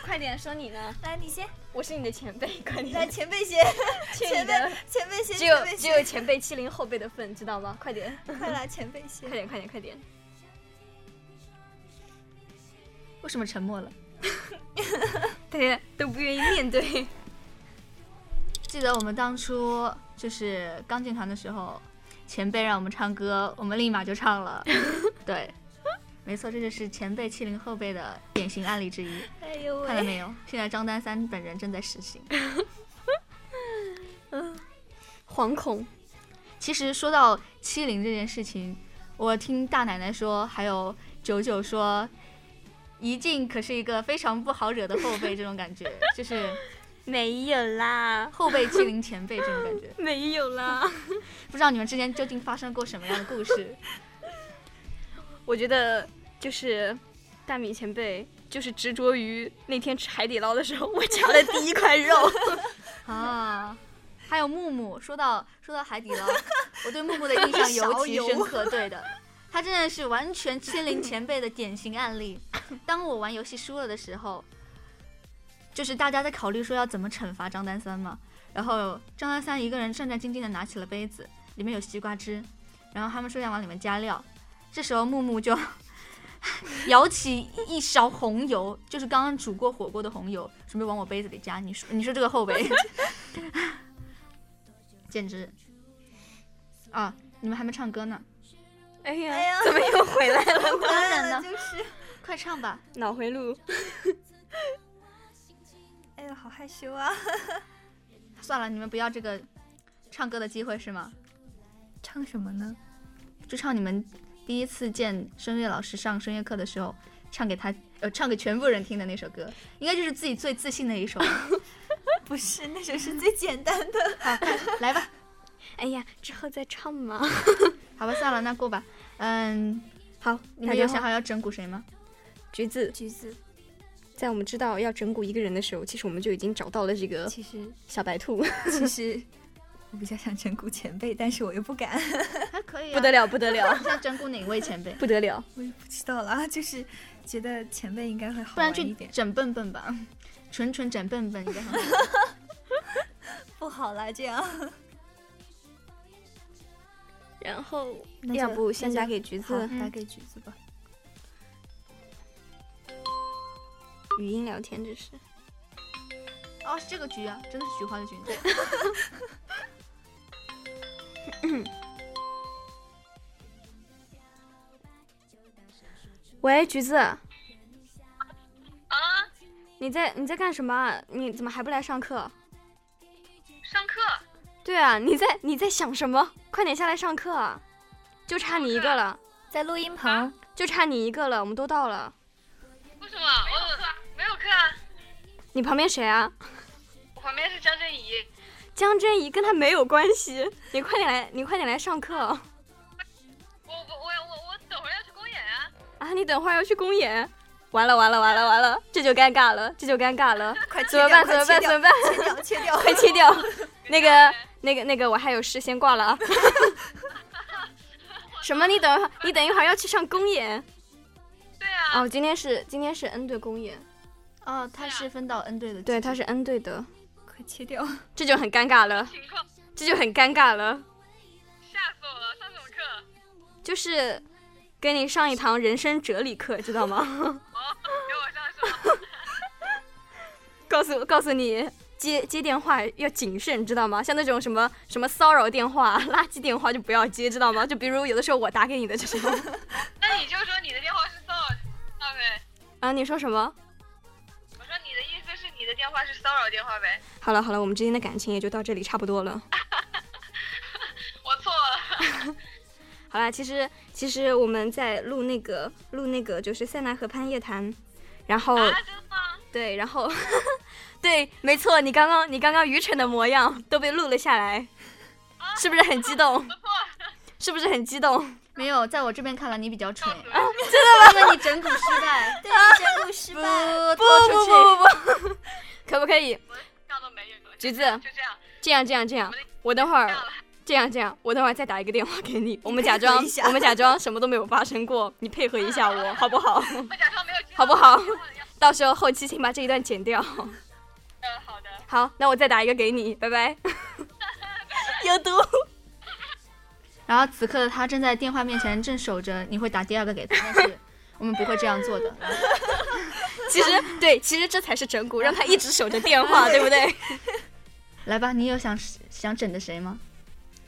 [SPEAKER 2] 快点说你呢，
[SPEAKER 3] 来，你先，
[SPEAKER 2] 我是你的前辈， 快点
[SPEAKER 3] 来前辈先，
[SPEAKER 2] 欠
[SPEAKER 3] 前
[SPEAKER 2] 你
[SPEAKER 3] 辈
[SPEAKER 2] 的。
[SPEAKER 3] 前辈先，
[SPEAKER 2] 只有
[SPEAKER 3] 前辈
[SPEAKER 2] 只
[SPEAKER 3] 先
[SPEAKER 2] 有前辈欺凌后辈的份，知道吗？快 点，
[SPEAKER 3] 快来前辈
[SPEAKER 2] 快。
[SPEAKER 3] 先
[SPEAKER 2] 点，快点，快点！
[SPEAKER 4] 为什么沉默了？
[SPEAKER 2] 大家都不愿意面对。
[SPEAKER 4] 记得我们当初就是刚进团的时候，前辈让我们唱歌，我们立马就唱了。对，没错，这就是前辈欺凌后辈的典型案例之一。
[SPEAKER 3] 哎呦
[SPEAKER 4] 看到！没有？现在张丹三本人正在实行。
[SPEAKER 2] 惶恐，
[SPEAKER 4] 其实说到欺凌这件事情，我听大奶奶说，还有九九说，一静可是一个非常不好惹的后辈，这种感觉就是
[SPEAKER 2] 没有啦，
[SPEAKER 4] 后辈欺凌前辈这种感觉。
[SPEAKER 2] 没有啦。
[SPEAKER 4] 不知道你们之间究竟发生过什么样的故事？
[SPEAKER 2] 我觉得就是大米前辈，就是执着于那天吃海底捞的时候，我夹了第一块肉。
[SPEAKER 4] 啊，还有木木，说到说到海底捞，我对木木的印象尤其深刻。对的，他真的是完全欺凌前辈的典型案例。当我玩游戏输了的时候，就是大家在考虑说要怎么惩罚张丹三嘛，然后张丹三一个人战战兢兢的拿起了杯子，里面有西瓜汁，然后他们说要往里面加料，这时候木木就。 舀起一勺红油，就是刚刚煮过火锅的红油，准备往我杯子里加。你说，你说这个后辈，简直啊！你们还没唱歌呢，
[SPEAKER 2] 哎
[SPEAKER 3] 哎呀
[SPEAKER 2] 呀，怎么又回来了？
[SPEAKER 3] 当然了，哎就是。
[SPEAKER 4] 快唱吧！
[SPEAKER 2] 脑回路，
[SPEAKER 3] 哎呦，好害羞啊！
[SPEAKER 4] 算了，你们不要这个唱歌的机会是吗？
[SPEAKER 3] 唱什么呢？
[SPEAKER 4] 就唱你们第一次见声乐老师上声乐课的时候，唱给他呃唱给全部人听的那首歌，应该就是自己最自信的一首。
[SPEAKER 3] 不是，那首是最简单的。
[SPEAKER 4] 来吧，
[SPEAKER 2] 哎呀，之后再唱嘛。
[SPEAKER 4] 好吧，算了，那过吧。嗯，
[SPEAKER 2] 好，
[SPEAKER 4] 你们有想好要整蛊谁吗？
[SPEAKER 2] 橘子，
[SPEAKER 3] 橘子，
[SPEAKER 2] 在我们知道要整蛊一个人的时候，其实我们就已经找到了这个
[SPEAKER 3] 其实
[SPEAKER 2] 小白兔，
[SPEAKER 3] 其实我比较想整蛊前辈，但是我又不敢，
[SPEAKER 4] 还可以、啊
[SPEAKER 2] 不得了，不得了，
[SPEAKER 4] 你想整蛊哪位前辈？
[SPEAKER 2] 不得了。
[SPEAKER 3] 我也不知道啦，就是觉得前辈应该会好
[SPEAKER 4] 不然
[SPEAKER 3] 玩
[SPEAKER 4] 就
[SPEAKER 3] 一点。
[SPEAKER 4] 整笨笨吧， 纯纯整笨笨应该很 好。
[SPEAKER 3] 不好啦，这样。
[SPEAKER 2] 然后，
[SPEAKER 3] 那
[SPEAKER 2] 要
[SPEAKER 3] 就
[SPEAKER 2] 不
[SPEAKER 3] 那
[SPEAKER 2] 先
[SPEAKER 3] 就
[SPEAKER 2] 打给橘
[SPEAKER 3] 好
[SPEAKER 2] 子，
[SPEAKER 4] 嗯
[SPEAKER 3] 打给橘子吧。
[SPEAKER 2] 语音聊天这是。
[SPEAKER 4] 哦，是这个菊啊，真的是菊花的菊。
[SPEAKER 2] 喂，橘子。啊？你在你在干什么啊？你怎么还不来上课？
[SPEAKER 5] 上
[SPEAKER 2] 啊对啊，你在你在想什么？快点下来上课啊！就差你一个了，
[SPEAKER 3] 在录音棚，
[SPEAKER 2] 就差你一个了，我们都到了。
[SPEAKER 5] 为什么？我有课啊，没有课啊。
[SPEAKER 2] 你旁边谁啊？
[SPEAKER 5] 我旁边是张振怡，
[SPEAKER 2] 江真怡跟他没有关系，你快点来，你快点来上课啊！
[SPEAKER 5] 我我我我我等会儿要去公演啊。
[SPEAKER 2] 啊你等会儿要去公演，完了完了完了完了，这就尴尬了，这就尴尬 了，
[SPEAKER 6] 快
[SPEAKER 2] 怎么办？怎么办？怎么办？
[SPEAKER 6] 切掉，切掉，
[SPEAKER 2] 快切掉！那个那个那个，我还有事，先挂了啊。什么？你等一会儿，你等一会儿要去上公演
[SPEAKER 5] 对啊，
[SPEAKER 2] 哦？今天是今天是 N 队公演，
[SPEAKER 4] 哦，他
[SPEAKER 2] 啊
[SPEAKER 4] 是分到 N 队的，
[SPEAKER 2] 对，他是 N 队的，
[SPEAKER 3] 快切掉！
[SPEAKER 2] 这就很尴尬了，
[SPEAKER 5] 情况
[SPEAKER 2] 这就很尴尬了。
[SPEAKER 5] 吓死我了，上什么课？
[SPEAKER 2] 就是给你上一堂人生哲理课，知道吗？
[SPEAKER 5] 哦，给我上什么？
[SPEAKER 2] 告诉告诉你接接电话要谨慎，知道吗？像那种什么什么骚扰电话、垃圾电话就不要接，知道吗？就比如有的时候我打给你的这种
[SPEAKER 5] 那你就说你的电话是骚扰电话呗。
[SPEAKER 2] 啊，你说什么？
[SPEAKER 5] 我说你的意思是你的电话是骚扰电话呗？
[SPEAKER 2] 好了好了，我们之间的感情也就到这里差不多了。
[SPEAKER 5] 我错了。
[SPEAKER 2] 好啦，其实其实我们在录那个录那个就是塞纳河畔夜谈，然后、
[SPEAKER 5] 啊，真的吗？
[SPEAKER 2] 对，然后 对，没错，你刚刚你刚刚愚蠢的模样都被录了下来，
[SPEAKER 5] 啊
[SPEAKER 2] 是不是很激动？是不是很激动？
[SPEAKER 4] 没有，在我这边看来你比较蠢，
[SPEAKER 2] 哦
[SPEAKER 5] 对啊
[SPEAKER 4] 因为你整蛊失 败，
[SPEAKER 6] 对，真录失
[SPEAKER 4] 不
[SPEAKER 2] 不
[SPEAKER 6] 败。
[SPEAKER 4] 拖
[SPEAKER 2] 不
[SPEAKER 4] 出去。
[SPEAKER 2] 不不不， 可不可以
[SPEAKER 5] 我这样都没有。
[SPEAKER 2] 橘子
[SPEAKER 5] 就这样，
[SPEAKER 2] 这样这样这样？我等会
[SPEAKER 5] 这
[SPEAKER 2] 儿
[SPEAKER 5] 样了。
[SPEAKER 2] 这样这样，我等会儿再打一个电话给你，我们假装我们假装什么都没有发生过，你配合一下我好不 好？
[SPEAKER 5] 我假装没有接到
[SPEAKER 2] 好不好
[SPEAKER 5] 电话的样子
[SPEAKER 2] 到时候后期请把这一段剪掉。
[SPEAKER 5] 嗯，好的。
[SPEAKER 2] 好，那我再打一个给你，拜拜。有毒。
[SPEAKER 4] 然后此刻他正在电话面前正守着，你会打第二个给他，但是我们不会这样做的。
[SPEAKER 2] 其实对，其实这才是整 蛊，让他一直守着电 话，对不对？
[SPEAKER 4] 来吧，你有想想整的谁吗？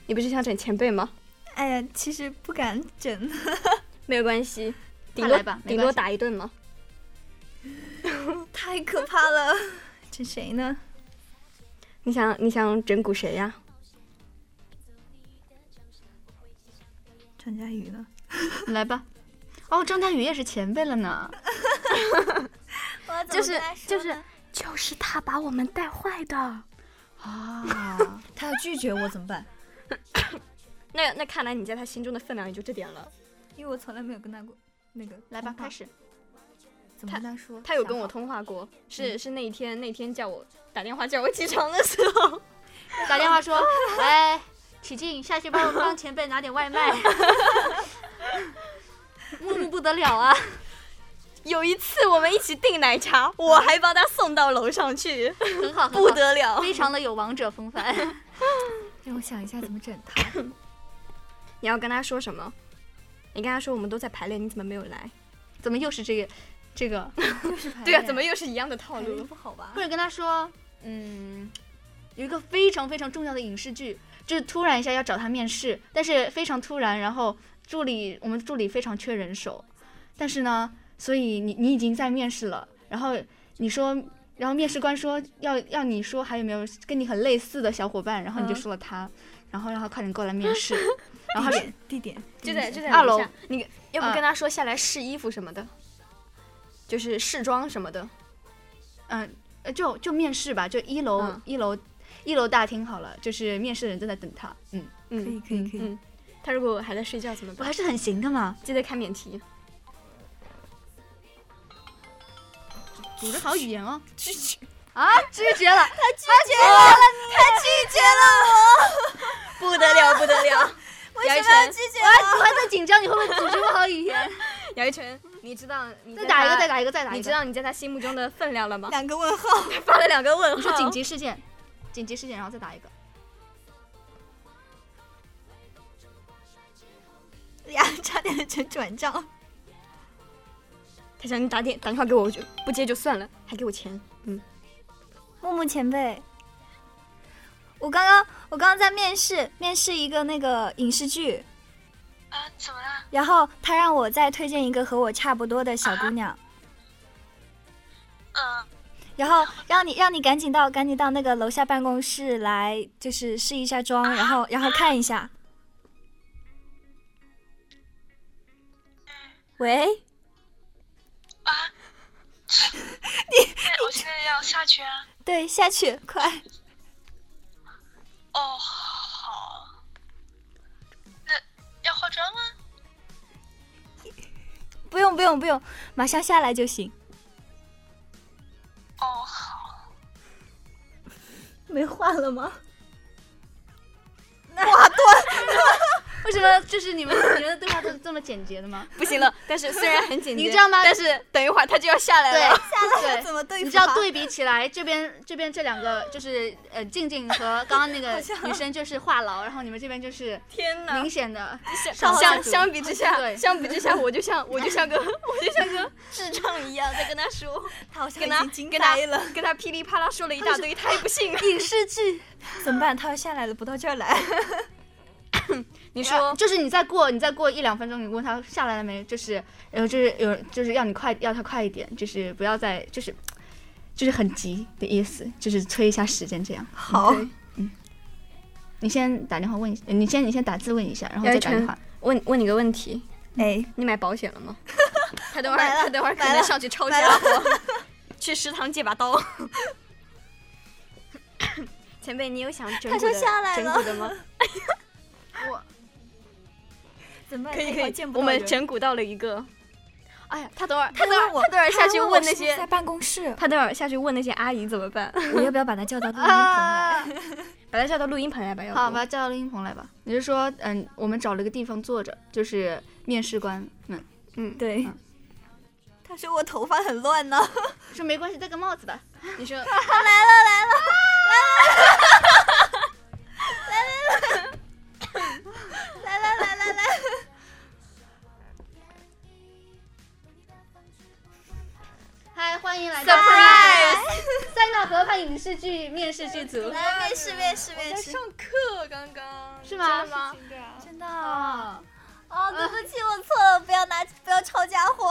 [SPEAKER 2] 你不是想整前辈吗？
[SPEAKER 3] 哎呀，其实不敢整，
[SPEAKER 2] 没有关系，顶
[SPEAKER 4] 快
[SPEAKER 2] 多
[SPEAKER 4] 来吧没
[SPEAKER 2] 顶多
[SPEAKER 4] 关系
[SPEAKER 2] 打一顿嘛。
[SPEAKER 3] 太可怕了。整谁呢？
[SPEAKER 2] 你想你想整蛊谁呀？
[SPEAKER 3] 张佳宇呢？
[SPEAKER 4] 来吧。哦，张佳宇也是前辈了呢。
[SPEAKER 6] 我怎么
[SPEAKER 2] 就是
[SPEAKER 6] 跟他说
[SPEAKER 2] 就是
[SPEAKER 6] 呢
[SPEAKER 2] 就是他把我们带坏的。
[SPEAKER 4] 啊，
[SPEAKER 3] 他要拒绝我怎么 办？
[SPEAKER 2] 那那看来你在他心中的分量也就这点了。
[SPEAKER 3] 因为我从来没有跟他过那个
[SPEAKER 4] 来吧，
[SPEAKER 3] 通话
[SPEAKER 4] 开，始。
[SPEAKER 3] 怎么跟他 说？
[SPEAKER 2] 他有跟我通话过，是是那一天那天叫我打电话叫我起床的时候，
[SPEAKER 4] 打电话说，喂，启静，下去帮我帮前辈拿点外卖。 木木不得了啊！
[SPEAKER 2] 有一次我们一起订奶茶，我还帮他送到楼上去，
[SPEAKER 4] 很好，很好
[SPEAKER 2] 不得了。
[SPEAKER 4] 非常的有王者风范。
[SPEAKER 3] 让我想一下怎么整 他。
[SPEAKER 2] 你要跟他说什么？你跟他说我们都在排练，你怎么没有来？
[SPEAKER 4] 怎么又是这个这个？
[SPEAKER 2] 对啊，怎么又是一样的套
[SPEAKER 3] 感觉
[SPEAKER 2] 路？
[SPEAKER 3] 不好吧
[SPEAKER 4] 或？者跟他说，嗯，有一个非常非常重要的影视剧，就是突然一下要找他面试，但是非常突然，然后助理我们助理非常缺人手，但是呢，所以你你已经在面试了，然后你说，然后面试官说要要你说还有没有跟你很类似的小伙伴，然后你就
[SPEAKER 3] 嗯
[SPEAKER 4] 说了他，然后让他快点过来面试，然后
[SPEAKER 3] 地
[SPEAKER 4] 他说
[SPEAKER 3] 点地 点
[SPEAKER 2] 就在就在
[SPEAKER 4] 二楼
[SPEAKER 2] 楼下，你要不跟他说下来试衣服什么的，就是试装什么的。
[SPEAKER 4] 嗯，呃就就面试吧，就一楼、
[SPEAKER 2] 嗯
[SPEAKER 4] 一楼一楼大厅好了，就是面试的人正在等他，嗯，
[SPEAKER 3] 可以
[SPEAKER 2] 嗯
[SPEAKER 3] 可以可以。
[SPEAKER 2] 嗯，他如果还在睡觉怎么
[SPEAKER 4] 我
[SPEAKER 2] 办
[SPEAKER 4] 还？是很行的嘛。
[SPEAKER 2] 记得看免提。
[SPEAKER 4] 组织好语言哦。 拒绝啊，拒绝了，哦
[SPEAKER 2] 不得了，不得了！姚一晨，
[SPEAKER 4] 我还在紧张，你会不会组织不好语言？
[SPEAKER 2] 姚一晨，你知道你
[SPEAKER 4] 再
[SPEAKER 2] 在
[SPEAKER 4] 打一个，
[SPEAKER 2] 他
[SPEAKER 4] 再打一个，再打一个。
[SPEAKER 2] 你知道你在他心目中的分量了吗？
[SPEAKER 6] 两个问号，
[SPEAKER 2] 发了两个问号。
[SPEAKER 4] 你说紧急事件，紧急事件，然后再打一个。
[SPEAKER 3] 嗯
[SPEAKER 6] 呀，差点成转账。
[SPEAKER 2] 他想你打电打电话给我，我就不接就算了，还给我钱。
[SPEAKER 6] 木木前辈，我刚刚我刚刚在面试，面试一个那个影视剧，
[SPEAKER 5] 啊，怎么了？
[SPEAKER 6] 然后他让
[SPEAKER 3] 啊
[SPEAKER 6] 我再推荐一个和我差不多的小姑娘，
[SPEAKER 5] 嗯，
[SPEAKER 6] 然后让你让你赶紧到赶紧到那个楼下办公室来，就是试一下妆，然后然后看一下。喂，
[SPEAKER 5] 那我现在要下去啊。
[SPEAKER 6] 对，下去快。
[SPEAKER 5] 哦，好。那要化妆吗？
[SPEAKER 6] 不用不用不用，马上下来就行。
[SPEAKER 5] 哦，好。
[SPEAKER 6] 没话了吗？
[SPEAKER 4] 为什么就是你们你们的对话都是这么简洁的吗？
[SPEAKER 2] 不行了，但是虽然很紧
[SPEAKER 4] 你
[SPEAKER 2] 急，
[SPEAKER 4] 知道吗
[SPEAKER 2] 但是等一会儿他就要下来
[SPEAKER 4] 对
[SPEAKER 2] 了。
[SPEAKER 4] 对，
[SPEAKER 6] 怎么对付？
[SPEAKER 4] 你知道，对比起来，这边这边这两个就是呃静静和刚刚那个女生就是话痨，然后你们这边就是
[SPEAKER 2] 天哪
[SPEAKER 4] 明！显的
[SPEAKER 2] 相
[SPEAKER 4] 下
[SPEAKER 2] 相
[SPEAKER 4] 主
[SPEAKER 2] 相比之下，啊
[SPEAKER 4] 对
[SPEAKER 2] 相比之下，我就像我就像 个我就像个智障一样在跟他说，
[SPEAKER 6] 他好像
[SPEAKER 2] 跟 他
[SPEAKER 6] 已经
[SPEAKER 2] 跟他
[SPEAKER 6] 惊呆了。
[SPEAKER 2] 跟他噼里啪啦说了一大堆，他也不 信。
[SPEAKER 6] 影视剧怎么办？他要下来了，不到这 儿来。
[SPEAKER 2] 你说
[SPEAKER 4] 就是你再过你再过一两分钟，你问他下来了没，就是然后就是有就是要你快要他快一点，就是不要再就是就是很急的意思，就是催一下时间这样。
[SPEAKER 6] 好，
[SPEAKER 4] 你先打电话问一下，你先你先打字问一下，然后
[SPEAKER 2] 姚
[SPEAKER 4] 再
[SPEAKER 2] 一
[SPEAKER 4] 打电
[SPEAKER 2] 晨
[SPEAKER 4] 话。
[SPEAKER 2] 问问你个问题，
[SPEAKER 6] 哎，
[SPEAKER 2] 你买保险了 吗？他等会儿
[SPEAKER 6] 买了
[SPEAKER 2] 他等会儿可能上去抄家 伙，去食堂借把刀。 前辈，你有想整
[SPEAKER 6] 他
[SPEAKER 2] 蛊
[SPEAKER 6] 说
[SPEAKER 2] 的
[SPEAKER 6] 下来
[SPEAKER 2] 整
[SPEAKER 6] 了
[SPEAKER 2] 蛊的吗？
[SPEAKER 6] 怎么办？
[SPEAKER 2] 可以
[SPEAKER 6] 他
[SPEAKER 2] 可
[SPEAKER 6] 会
[SPEAKER 2] 以
[SPEAKER 6] 见，不
[SPEAKER 2] 哎我
[SPEAKER 6] 到
[SPEAKER 2] 们
[SPEAKER 6] 人
[SPEAKER 2] 整蛊到了一个。哎呀，他等会儿他
[SPEAKER 6] 他
[SPEAKER 2] 等会儿
[SPEAKER 6] 问我
[SPEAKER 2] 他等会儿下去
[SPEAKER 6] 他
[SPEAKER 2] 问
[SPEAKER 6] 我
[SPEAKER 2] 那
[SPEAKER 6] 是不是
[SPEAKER 2] 些
[SPEAKER 6] 在办公室，
[SPEAKER 2] 他等会儿下去问那些阿姨怎么办？
[SPEAKER 6] 我要不要把他叫到录音棚来？
[SPEAKER 2] 把他叫到录音棚来吧，要不
[SPEAKER 4] 好，把他叫到录音棚来吧。你是说，嗯，我们找了一个地方坐着，就是面试官们
[SPEAKER 2] 嗯，
[SPEAKER 6] 对
[SPEAKER 4] 嗯，
[SPEAKER 6] 他说我头发很乱呢。
[SPEAKER 4] 说没关系，戴个帽子吧。
[SPEAKER 2] 你说
[SPEAKER 4] 嗨，欢迎来到
[SPEAKER 2] surprise，
[SPEAKER 4] 三岛河畔影视剧面试剧组。
[SPEAKER 6] 来，面试面试面试，
[SPEAKER 2] 课刚刚
[SPEAKER 4] 是吗
[SPEAKER 2] 真的吗？
[SPEAKER 6] 真的啊。
[SPEAKER 4] 哦，
[SPEAKER 6] 哦，对不起，我错了，不要拿，不要抄家伙。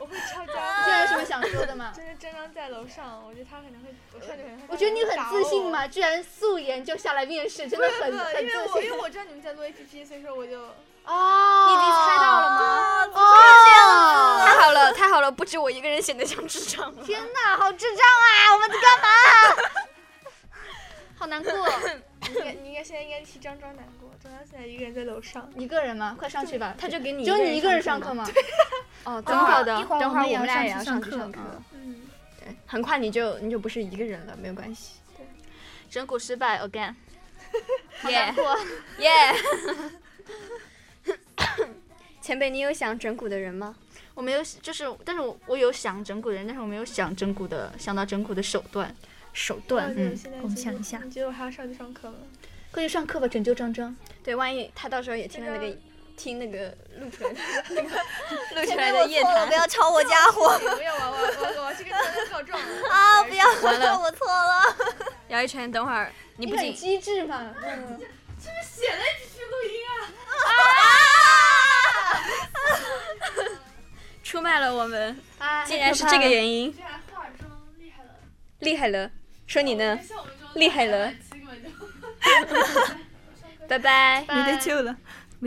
[SPEAKER 7] 我会敲
[SPEAKER 4] 这
[SPEAKER 7] 家
[SPEAKER 4] 有什
[SPEAKER 7] 伙。
[SPEAKER 4] 么想说的吗？
[SPEAKER 7] 真的真刚在楼上，我觉得他可能会，我上去可能会。
[SPEAKER 4] 我觉得你很自信？嘛，居然素颜就下来面试，真的
[SPEAKER 7] 对
[SPEAKER 4] 很
[SPEAKER 7] 对，
[SPEAKER 4] 很
[SPEAKER 7] 因为我
[SPEAKER 4] 自
[SPEAKER 7] 因为
[SPEAKER 4] 信。
[SPEAKER 7] 我知道你们在录 APP，所以说我就
[SPEAKER 4] 哦，啊
[SPEAKER 2] 你已经猜到了吗？
[SPEAKER 4] 哦，
[SPEAKER 2] 太好了，太好了，不止我一个人显得像智障了。
[SPEAKER 4] 天哪，好智障啊！我们在干嘛？好难过，
[SPEAKER 7] 你应该你应该现在应该替张张难过，张张现在一个人在楼上。
[SPEAKER 4] 一个人吗？快上去吧。
[SPEAKER 2] 他就给你
[SPEAKER 4] 只有你一个人上
[SPEAKER 2] 吗
[SPEAKER 4] 课？吗？
[SPEAKER 2] 哦，
[SPEAKER 4] 等
[SPEAKER 2] 等
[SPEAKER 4] 会
[SPEAKER 2] 会
[SPEAKER 4] 儿
[SPEAKER 2] 儿
[SPEAKER 4] 的
[SPEAKER 2] 等会儿
[SPEAKER 4] 等会儿
[SPEAKER 2] 我
[SPEAKER 4] 我
[SPEAKER 2] 们
[SPEAKER 4] 们
[SPEAKER 2] 俩
[SPEAKER 4] 俩
[SPEAKER 2] 也
[SPEAKER 4] 也
[SPEAKER 2] 要
[SPEAKER 4] 要
[SPEAKER 2] 上
[SPEAKER 4] 上
[SPEAKER 2] 去
[SPEAKER 4] 去
[SPEAKER 2] 上
[SPEAKER 4] 上
[SPEAKER 2] 课
[SPEAKER 4] 课。啊
[SPEAKER 7] 嗯，
[SPEAKER 2] 对，很快你就你就不是一个人了，没有关系。
[SPEAKER 4] 整蛊失败 again。
[SPEAKER 2] 耶
[SPEAKER 4] 过。
[SPEAKER 2] 耶！ 前辈，你有想整蛊的人吗？
[SPEAKER 4] 我没有，就是，但是我我有想整蛊人，但是我没有想整蛊的，想到整蛊的手段。哦嗯
[SPEAKER 2] 手
[SPEAKER 7] 那
[SPEAKER 2] 段
[SPEAKER 7] 我觉得我现在
[SPEAKER 6] 我们
[SPEAKER 7] 其实
[SPEAKER 6] 想一下
[SPEAKER 7] 你觉得我还要上去上课吗？
[SPEAKER 4] 快去上课吧，拯救张张。
[SPEAKER 2] 对，万一他到时候也听了那
[SPEAKER 7] 这
[SPEAKER 2] 个
[SPEAKER 7] 个
[SPEAKER 2] 听那个录出来 的那个录出
[SPEAKER 6] 前
[SPEAKER 2] 来
[SPEAKER 6] 面
[SPEAKER 2] 的
[SPEAKER 6] 我
[SPEAKER 2] 夜
[SPEAKER 6] 错了，
[SPEAKER 2] 谈
[SPEAKER 6] 不，要抄我家伙
[SPEAKER 7] 不要，我我我我去跟张张告状 了
[SPEAKER 6] 啊！不要，
[SPEAKER 2] 完了
[SPEAKER 6] 我错了。
[SPEAKER 2] 姚一晨，等会儿你不仅
[SPEAKER 4] 机智 嘛。
[SPEAKER 2] 啊 出卖了我们，
[SPEAKER 4] 哎，
[SPEAKER 2] 竟然是这个原因，
[SPEAKER 7] 这还化妆厉害了，
[SPEAKER 2] 厉害了！说你呢，
[SPEAKER 7] 像我们这种
[SPEAKER 2] 厉害了
[SPEAKER 7] 懒基本就
[SPEAKER 2] 拜拜。
[SPEAKER 4] 拜
[SPEAKER 6] 了，没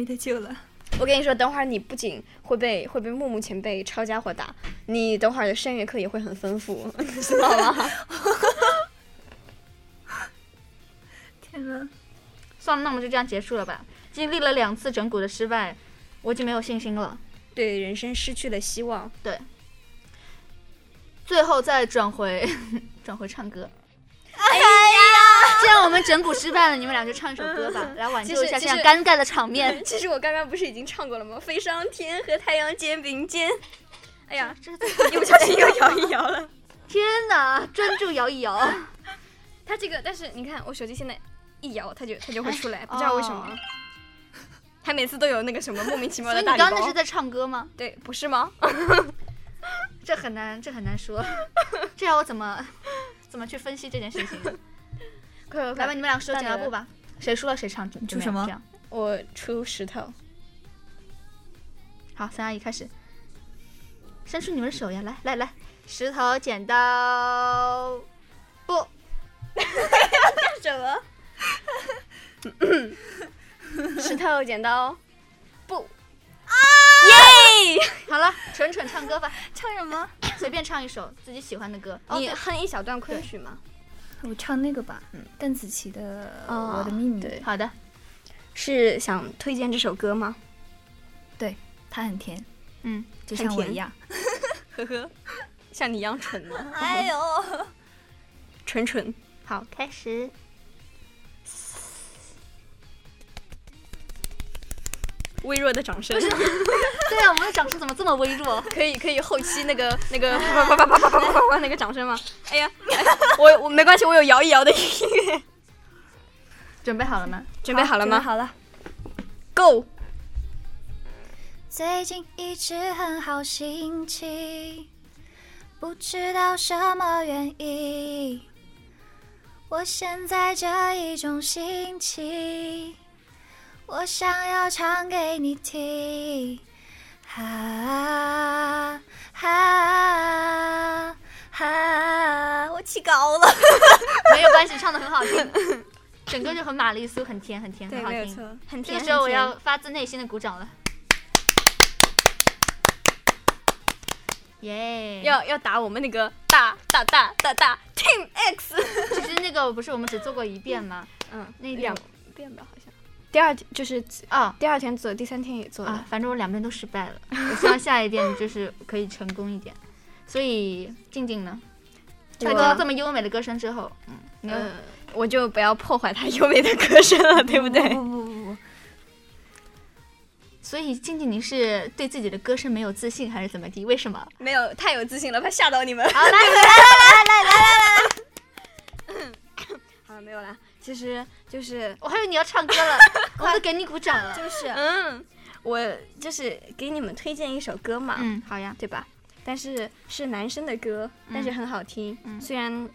[SPEAKER 6] 得救了。
[SPEAKER 2] 我跟你说，等会儿你不仅会被会被木木前辈抄家伙打，你等会儿的声乐课也会很丰富， 知道吗？
[SPEAKER 6] 天哪！
[SPEAKER 4] 算了，那我们就这样结束了吧。经历了两次整蛊的失败，我已经没有信心了。
[SPEAKER 2] 对人生失去了希望。
[SPEAKER 4] 最后再转回， 转回唱歌。
[SPEAKER 6] 哎呀，
[SPEAKER 4] 既然我们整蛊失败了，你们俩就唱一首歌吧，来挽救一下
[SPEAKER 2] 其
[SPEAKER 4] 这
[SPEAKER 2] 实
[SPEAKER 4] 样尴尬的场面。
[SPEAKER 2] 其实我刚刚不是已经唱过了吗？飞上天和太阳肩并肩。哎呀，
[SPEAKER 4] 这 是
[SPEAKER 2] 又不小心又摇一摇了。
[SPEAKER 4] 天哪！专注摇一 摇。
[SPEAKER 2] 它这个，但是你看我手机现在一摇，它就它就会出来，不知道为什么。它每次都有那个什么莫名其妙
[SPEAKER 4] 所以
[SPEAKER 2] 的
[SPEAKER 4] 你
[SPEAKER 2] 大
[SPEAKER 4] 刚
[SPEAKER 2] 礼包。
[SPEAKER 4] 刚那是在唱歌吗？
[SPEAKER 2] 对，不是吗？
[SPEAKER 4] 这很难，这很难说。 这要我怎么怎么去分析这件事情？
[SPEAKER 2] 快快
[SPEAKER 4] 来吧，
[SPEAKER 2] 快！
[SPEAKER 4] 你们俩手
[SPEAKER 2] 到
[SPEAKER 4] 剪
[SPEAKER 2] 你
[SPEAKER 4] 刀
[SPEAKER 2] 了
[SPEAKER 4] 布吧，谁输了谁唱。怎
[SPEAKER 6] 出
[SPEAKER 4] 么
[SPEAKER 6] 什
[SPEAKER 4] 样？
[SPEAKER 6] 么
[SPEAKER 4] 这样
[SPEAKER 2] 我出石头。
[SPEAKER 4] 好，三二一，开始。伸出你们的手呀，来来来，石头剪刀布，
[SPEAKER 2] 什么？石头剪刀布
[SPEAKER 4] 好了，蠢蠢唱歌吧，
[SPEAKER 6] 唱什么？
[SPEAKER 4] 随便唱一首自己喜欢的歌。哦
[SPEAKER 2] 你哼一小段昆曲吗？
[SPEAKER 6] 我唱那个吧，邓紫棋的《
[SPEAKER 2] 啊
[SPEAKER 6] 我的秘密》，
[SPEAKER 2] 对，
[SPEAKER 4] 好的，
[SPEAKER 2] 是想推荐这首歌吗？
[SPEAKER 6] 它很甜，
[SPEAKER 4] 嗯，
[SPEAKER 6] 就
[SPEAKER 2] 很
[SPEAKER 6] 像我
[SPEAKER 2] 甜
[SPEAKER 6] 一样。
[SPEAKER 2] 呵呵，像你一样蠢吗？
[SPEAKER 6] 哎呦，
[SPEAKER 2] 蠢蠢。
[SPEAKER 4] 好，开始。
[SPEAKER 2] 微弱的掌声，
[SPEAKER 4] 对啊，我们的掌声怎么这么微弱？
[SPEAKER 2] 可以可以后期那个那个啪啪啪啪啪啪啪啪啪那个掌声吗？哎呀，哎我我没关系，我有摇一摇的音乐，
[SPEAKER 4] 准备好了吗？
[SPEAKER 2] 准备好了吗
[SPEAKER 6] 准备好了。
[SPEAKER 2] ？Go！
[SPEAKER 6] 最近一直很好心情，不知道什么原因。我现在这一种心情，我想要唱给你听。哈哈哈！我起高了，
[SPEAKER 4] 没有关系，唱的很好听，整个就很玛丽苏，很甜很甜，很好听。
[SPEAKER 2] 错，很
[SPEAKER 4] 这个
[SPEAKER 2] 甜。
[SPEAKER 4] 时候我
[SPEAKER 2] 很甜
[SPEAKER 4] 要发自内心的鼓掌了。耶！
[SPEAKER 2] 要要打我们那个大大大大大 Team X，
[SPEAKER 4] 其实那个不是我们只做过一遍 吗？
[SPEAKER 2] 嗯，
[SPEAKER 4] 那
[SPEAKER 2] 两
[SPEAKER 4] 两
[SPEAKER 2] 遍吧，好像。第二天就是
[SPEAKER 4] 哦
[SPEAKER 2] 第二天做，第三天也做
[SPEAKER 4] 啊
[SPEAKER 2] 了，，
[SPEAKER 4] 反正我两遍都失败了，我希望下一遍就是可以成功一点。所以静静呢，
[SPEAKER 2] 我
[SPEAKER 4] 在听到这么优美的歌声之后，嗯，你有
[SPEAKER 2] 呃，我就不要破坏他优美的歌声了，对不对？
[SPEAKER 4] 所以静静你是对自己的歌声没有自信还是怎么地？为什么？
[SPEAKER 2] 没有，太有自信了，怕吓到你们。
[SPEAKER 4] 好，来来来，
[SPEAKER 2] 好了，没有啦。其实就是，
[SPEAKER 4] 我还以为你要唱歌了， 我都给你鼓掌 了。
[SPEAKER 2] 就是，嗯，我就是给你们推荐一首歌嘛，
[SPEAKER 4] 嗯，好呀，
[SPEAKER 2] 对吧？但是是男生的歌，但是很好听。虽然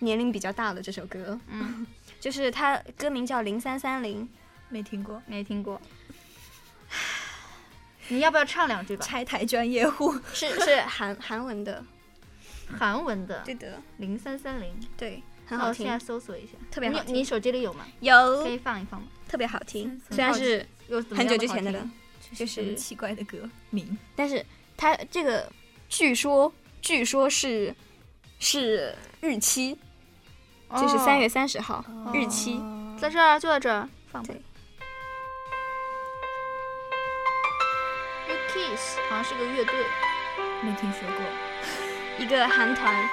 [SPEAKER 2] 年龄比较大了，这首歌，
[SPEAKER 4] 嗯，
[SPEAKER 2] 就是它歌名叫《零三三零》，
[SPEAKER 3] 没听过，
[SPEAKER 4] 没听过。 你要不要唱两句吧？
[SPEAKER 3] 拆台专业户。
[SPEAKER 2] 是是韩韩文的，
[SPEAKER 4] 韩文的
[SPEAKER 2] 对的，
[SPEAKER 4] 零三三零，
[SPEAKER 2] 对，很
[SPEAKER 4] 那
[SPEAKER 2] 好
[SPEAKER 4] 我现在
[SPEAKER 2] 听，
[SPEAKER 4] 搜索一下，
[SPEAKER 2] 特别好
[SPEAKER 4] 你
[SPEAKER 2] 听
[SPEAKER 4] 你手机里有吗？可以
[SPEAKER 2] 有
[SPEAKER 4] 放一放吗？
[SPEAKER 2] 特别好
[SPEAKER 3] 嗯
[SPEAKER 2] 听，
[SPEAKER 4] 很
[SPEAKER 2] 虽然
[SPEAKER 4] 好
[SPEAKER 2] 是
[SPEAKER 4] 有怎么
[SPEAKER 2] 很
[SPEAKER 4] 样
[SPEAKER 2] 久之
[SPEAKER 4] 好
[SPEAKER 2] 前的
[SPEAKER 4] 听
[SPEAKER 2] 了，就是
[SPEAKER 3] 奇怪的歌名，
[SPEAKER 2] 但是它这个据说据说是是日期，
[SPEAKER 4] 哦
[SPEAKER 2] 就是三月三十号、日期。
[SPEAKER 4] 在这儿，就在这儿放吧。
[SPEAKER 2] 对
[SPEAKER 4] You Kiss 好像是个乐队，
[SPEAKER 3] 没听说过。
[SPEAKER 2] 一个韩团，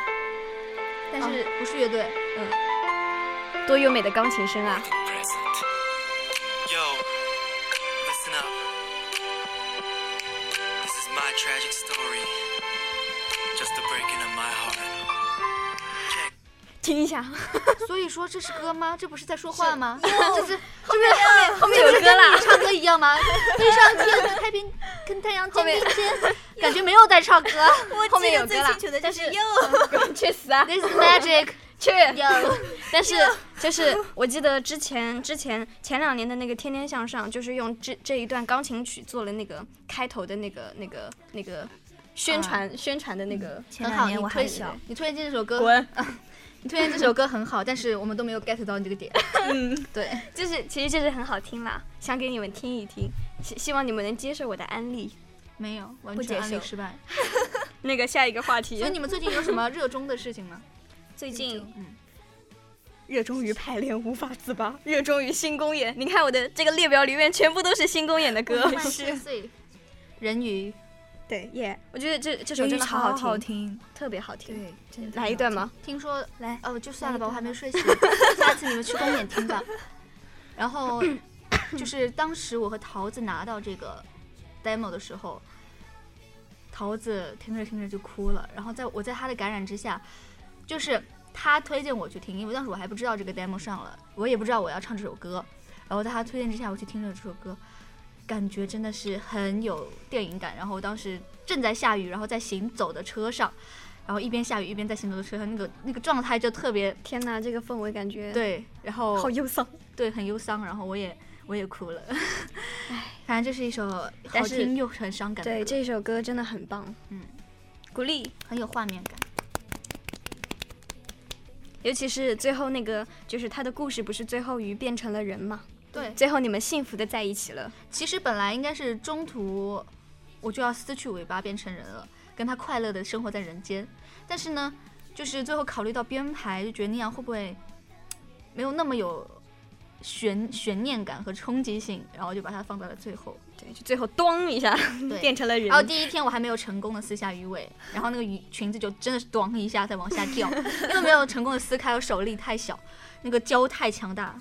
[SPEAKER 4] 但是
[SPEAKER 2] 哦
[SPEAKER 4] 不是乐队。
[SPEAKER 2] 多优美的钢琴声啊！
[SPEAKER 8] present. Yo, listen up. This is my tragic story. Just the breaking of my heart.
[SPEAKER 2] 听一下，
[SPEAKER 4] 所以说这是歌吗？这不是在说话吗？ 这是
[SPEAKER 2] 后面有歌啦，
[SPEAKER 4] 唱歌一 样吗？飞上天，太平跟太阳肩
[SPEAKER 2] 面
[SPEAKER 4] 并肩，感觉没有在唱歌。
[SPEAKER 2] 后面有歌啦。
[SPEAKER 3] 但是
[SPEAKER 2] 去死啊！
[SPEAKER 4] This is magic，
[SPEAKER 2] 去！
[SPEAKER 4] 有
[SPEAKER 2] 但是就是我记得之前之前前两年的那个《天天向上》，就是用这这一段钢琴曲做了那个开头的那个那个那个宣传、宣传的那个。
[SPEAKER 3] 前
[SPEAKER 4] 很
[SPEAKER 3] 两
[SPEAKER 4] 好。
[SPEAKER 3] 年
[SPEAKER 4] 你
[SPEAKER 3] 我还
[SPEAKER 4] 推
[SPEAKER 3] 小，
[SPEAKER 4] 你推荐这首歌，
[SPEAKER 2] 滚！
[SPEAKER 4] 你推荐这首歌很好，但是我们都没有 get 到你这个点。嗯， 对，
[SPEAKER 2] 就是其实就是很好听啦，想给你们听一听，希希望你们能接受我的安利。
[SPEAKER 4] 没有，完
[SPEAKER 2] 不接
[SPEAKER 4] 全安利
[SPEAKER 2] 受
[SPEAKER 4] 失败。
[SPEAKER 2] 那个下一个话题
[SPEAKER 4] 所以，你们最近有什么热衷的事情吗？
[SPEAKER 2] 最近
[SPEAKER 4] 嗯
[SPEAKER 2] 热衷于排练无法自拔，热衷于新公演。你看我的这个列表里面全部都是新公演的 歌，
[SPEAKER 4] 是人鱼。
[SPEAKER 2] 对耶我觉得这这首真的好好听，
[SPEAKER 3] 好听。
[SPEAKER 2] 特别好听。
[SPEAKER 3] 对，真的
[SPEAKER 2] 来一段吗？
[SPEAKER 4] 听说
[SPEAKER 3] 来
[SPEAKER 4] 哦，就算了吧，我还没 睡醒，下次你们去公演听吧。然 后就是当时我和桃子拿到这个 demo 的时候，桃子听着听着就哭了，然后在我在她的感染之下，就是她推荐我去听，因为当时我还不知道这个 demo 上了，我也不知道我要唱这首歌，然后在她推荐之下，我去听了这首歌。感觉真的是很有电影感，然后当时正在下雨，然后在行走的车上，然后一边下雨一边在行走的车上，那个那个状态就特别
[SPEAKER 2] 天呐，这个氛围感觉
[SPEAKER 4] 对，然后
[SPEAKER 2] 好忧伤。
[SPEAKER 4] 对很忧伤，然后我也我也哭了，反正这是一首好
[SPEAKER 2] 但是
[SPEAKER 4] 听又很伤感的
[SPEAKER 2] 对，
[SPEAKER 4] 歌。
[SPEAKER 2] 这首歌真的很棒。
[SPEAKER 4] 嗯，
[SPEAKER 2] 鼓励。
[SPEAKER 4] 很有画面感。
[SPEAKER 2] 尤其是最后那个，就是他的故事不是最后鱼变成了人嘛？
[SPEAKER 4] 对，
[SPEAKER 2] 最后你们幸福的在一起了。
[SPEAKER 4] 其实本来应该是中途我就要撕去尾巴变成人了，跟他快乐的生活在人间。但是呢，就是最后考虑到编排，就觉得那样会不会没有那么有悬悬念感和冲击性，然后就把它放到了最后。
[SPEAKER 2] 对，就最后咚一下
[SPEAKER 4] 对
[SPEAKER 2] 变成了人
[SPEAKER 4] 然。后哦第一天我还没有成功的撕下鱼尾，然后那个鱼裙子就真的是短一下再往下掉， 因为没有成功的撕开，我手力太小，那个胶太强大。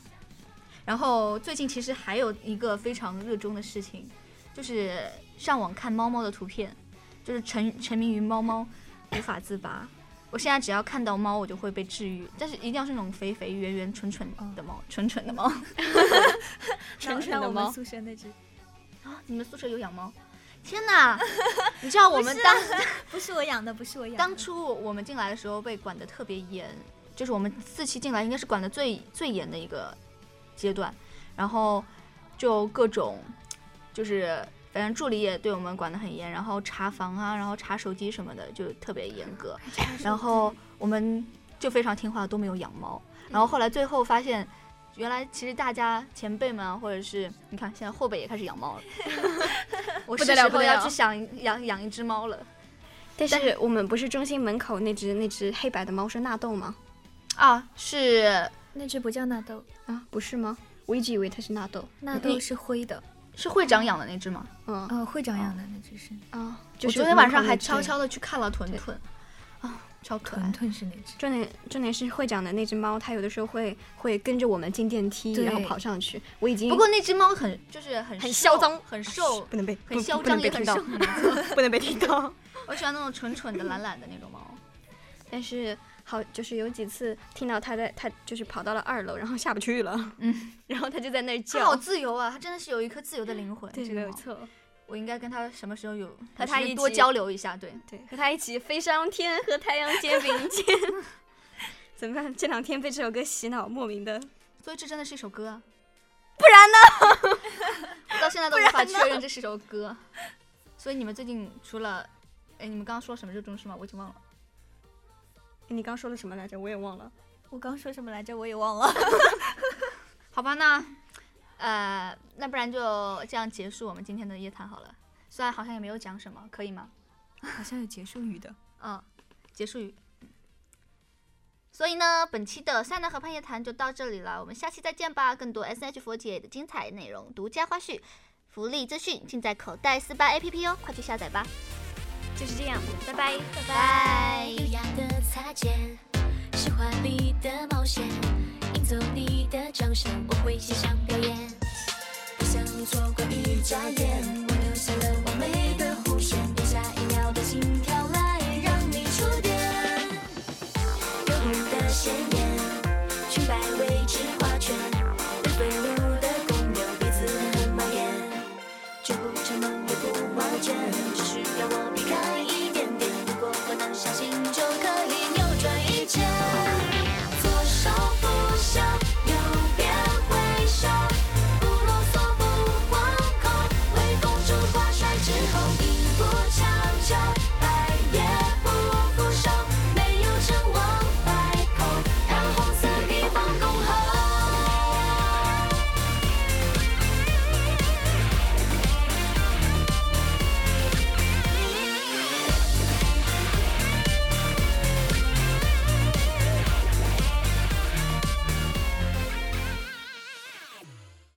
[SPEAKER 4] 然后最近其实还有一个非常热衷的事情，就是上网看猫猫的图片，就是沉沉迷于猫猫无法自拔。我现在只要看到猫，我就会被治愈，但是一定要是那种肥肥、圆圆、蠢蠢的猫，蠢蠢的猫。
[SPEAKER 2] 蠢蠢的
[SPEAKER 3] 那我们
[SPEAKER 2] 猫
[SPEAKER 3] 宿舍那只
[SPEAKER 4] 你们宿舍有养猫？天哪！你知道我们当
[SPEAKER 3] 不是啊我养的，不是我养的。
[SPEAKER 4] 当初我们进来的时候被管得特别严，就是我们四期进来应该是管得最最严的一个阶段，然后就各种就是反正助理也对我们管得很严，然后查房啊，然后查手机什么的就特别严 格，然后我们就非常听话，都没有养猫，然后后来最后发现。原来其实大家前辈们啊，或者是你看，现在后辈也开始养 猫了。我
[SPEAKER 2] 不
[SPEAKER 4] 是
[SPEAKER 2] 得了
[SPEAKER 4] 时
[SPEAKER 2] 不
[SPEAKER 4] 候
[SPEAKER 2] 得
[SPEAKER 4] 要
[SPEAKER 2] 了
[SPEAKER 4] 去想养养一只猫了
[SPEAKER 2] 但是我们不是中心门口那只那只黑白的猫是纳豆吗？
[SPEAKER 4] 啊！是
[SPEAKER 3] 那只不叫纳豆，
[SPEAKER 2] 啊，不是吗？我一直以为它是纳豆。
[SPEAKER 3] 纳豆是灰的。
[SPEAKER 4] 是会长养的那只吗？
[SPEAKER 2] 嗯
[SPEAKER 3] 哦，会长养的那只是
[SPEAKER 2] 啊，就
[SPEAKER 4] 我
[SPEAKER 2] 是
[SPEAKER 4] 昨天晚上
[SPEAKER 2] 门口
[SPEAKER 4] 还
[SPEAKER 2] 那只
[SPEAKER 4] 悄。悄的去看了屯屯，啊，超可爱
[SPEAKER 3] 豚。豚是那只。
[SPEAKER 2] 重点重点是会长的那只猫，它有的时候会会跟着我们进电梯，
[SPEAKER 3] 对
[SPEAKER 2] 然后跑上去。我已经
[SPEAKER 4] 不过那只猫很就是很
[SPEAKER 2] 很
[SPEAKER 4] 瘦
[SPEAKER 2] 嚣张
[SPEAKER 4] 很瘦，
[SPEAKER 2] 不能被
[SPEAKER 4] 很
[SPEAKER 2] 不
[SPEAKER 4] 嚣
[SPEAKER 2] 不能
[SPEAKER 4] 张
[SPEAKER 2] 被
[SPEAKER 4] 也
[SPEAKER 2] 听
[SPEAKER 4] 很
[SPEAKER 2] 到
[SPEAKER 4] 瘦。，
[SPEAKER 2] 不能被听到。
[SPEAKER 4] 我喜欢那种蠢蠢的、懒懒的那种猫。
[SPEAKER 2] 但是好，就是有几次听到他在他就是跑到了二楼，然后下不去了，
[SPEAKER 4] 嗯，
[SPEAKER 2] 然后他就在那儿
[SPEAKER 4] 它好
[SPEAKER 2] 叫，
[SPEAKER 4] 自由啊，它真的是有一颗自由的灵魂。
[SPEAKER 2] 对，
[SPEAKER 4] 这
[SPEAKER 2] 没
[SPEAKER 4] 个
[SPEAKER 2] 有
[SPEAKER 4] 猫
[SPEAKER 2] 错，
[SPEAKER 4] 我应该跟它什么时候有
[SPEAKER 2] 和它
[SPEAKER 4] 有时间
[SPEAKER 2] 一
[SPEAKER 4] 多
[SPEAKER 2] 起
[SPEAKER 4] 交流一下。对，
[SPEAKER 2] 对，和他一起飞上天，和太阳肩并肩。 怎么办？这两天被这首歌洗脑，莫名的。
[SPEAKER 4] 所以这真的是一首歌啊。不然呢？我到现在都无法确认这是首歌。所以你们最近除了，哎，你们刚刚说什么热衷是吗？我已经忘了。
[SPEAKER 2] 你刚说了什么来着？我也忘了。
[SPEAKER 3] 我刚说什么来着？我也忘了。
[SPEAKER 4] 好吧，那呃，那不然就这样结束我们今天的夜谈好了。虽然好像也没有讲什么，可以吗？
[SPEAKER 3] 好像有结束语的。
[SPEAKER 4] 嗯，结束语。所以呢，本期的塞纳河畔夜谈就到这里了，我们下期再见吧！更多 S H 佛姐的精彩内容、独家花絮、福利资讯，尽在口袋四八 A P P 哦，快去下载吧！
[SPEAKER 2] 就是这样，拜拜。
[SPEAKER 4] 拜。
[SPEAKER 6] 优雅的擦肩，是华丽的冒险，赢走你的掌声，我会即上表演，不想错过一眨眼。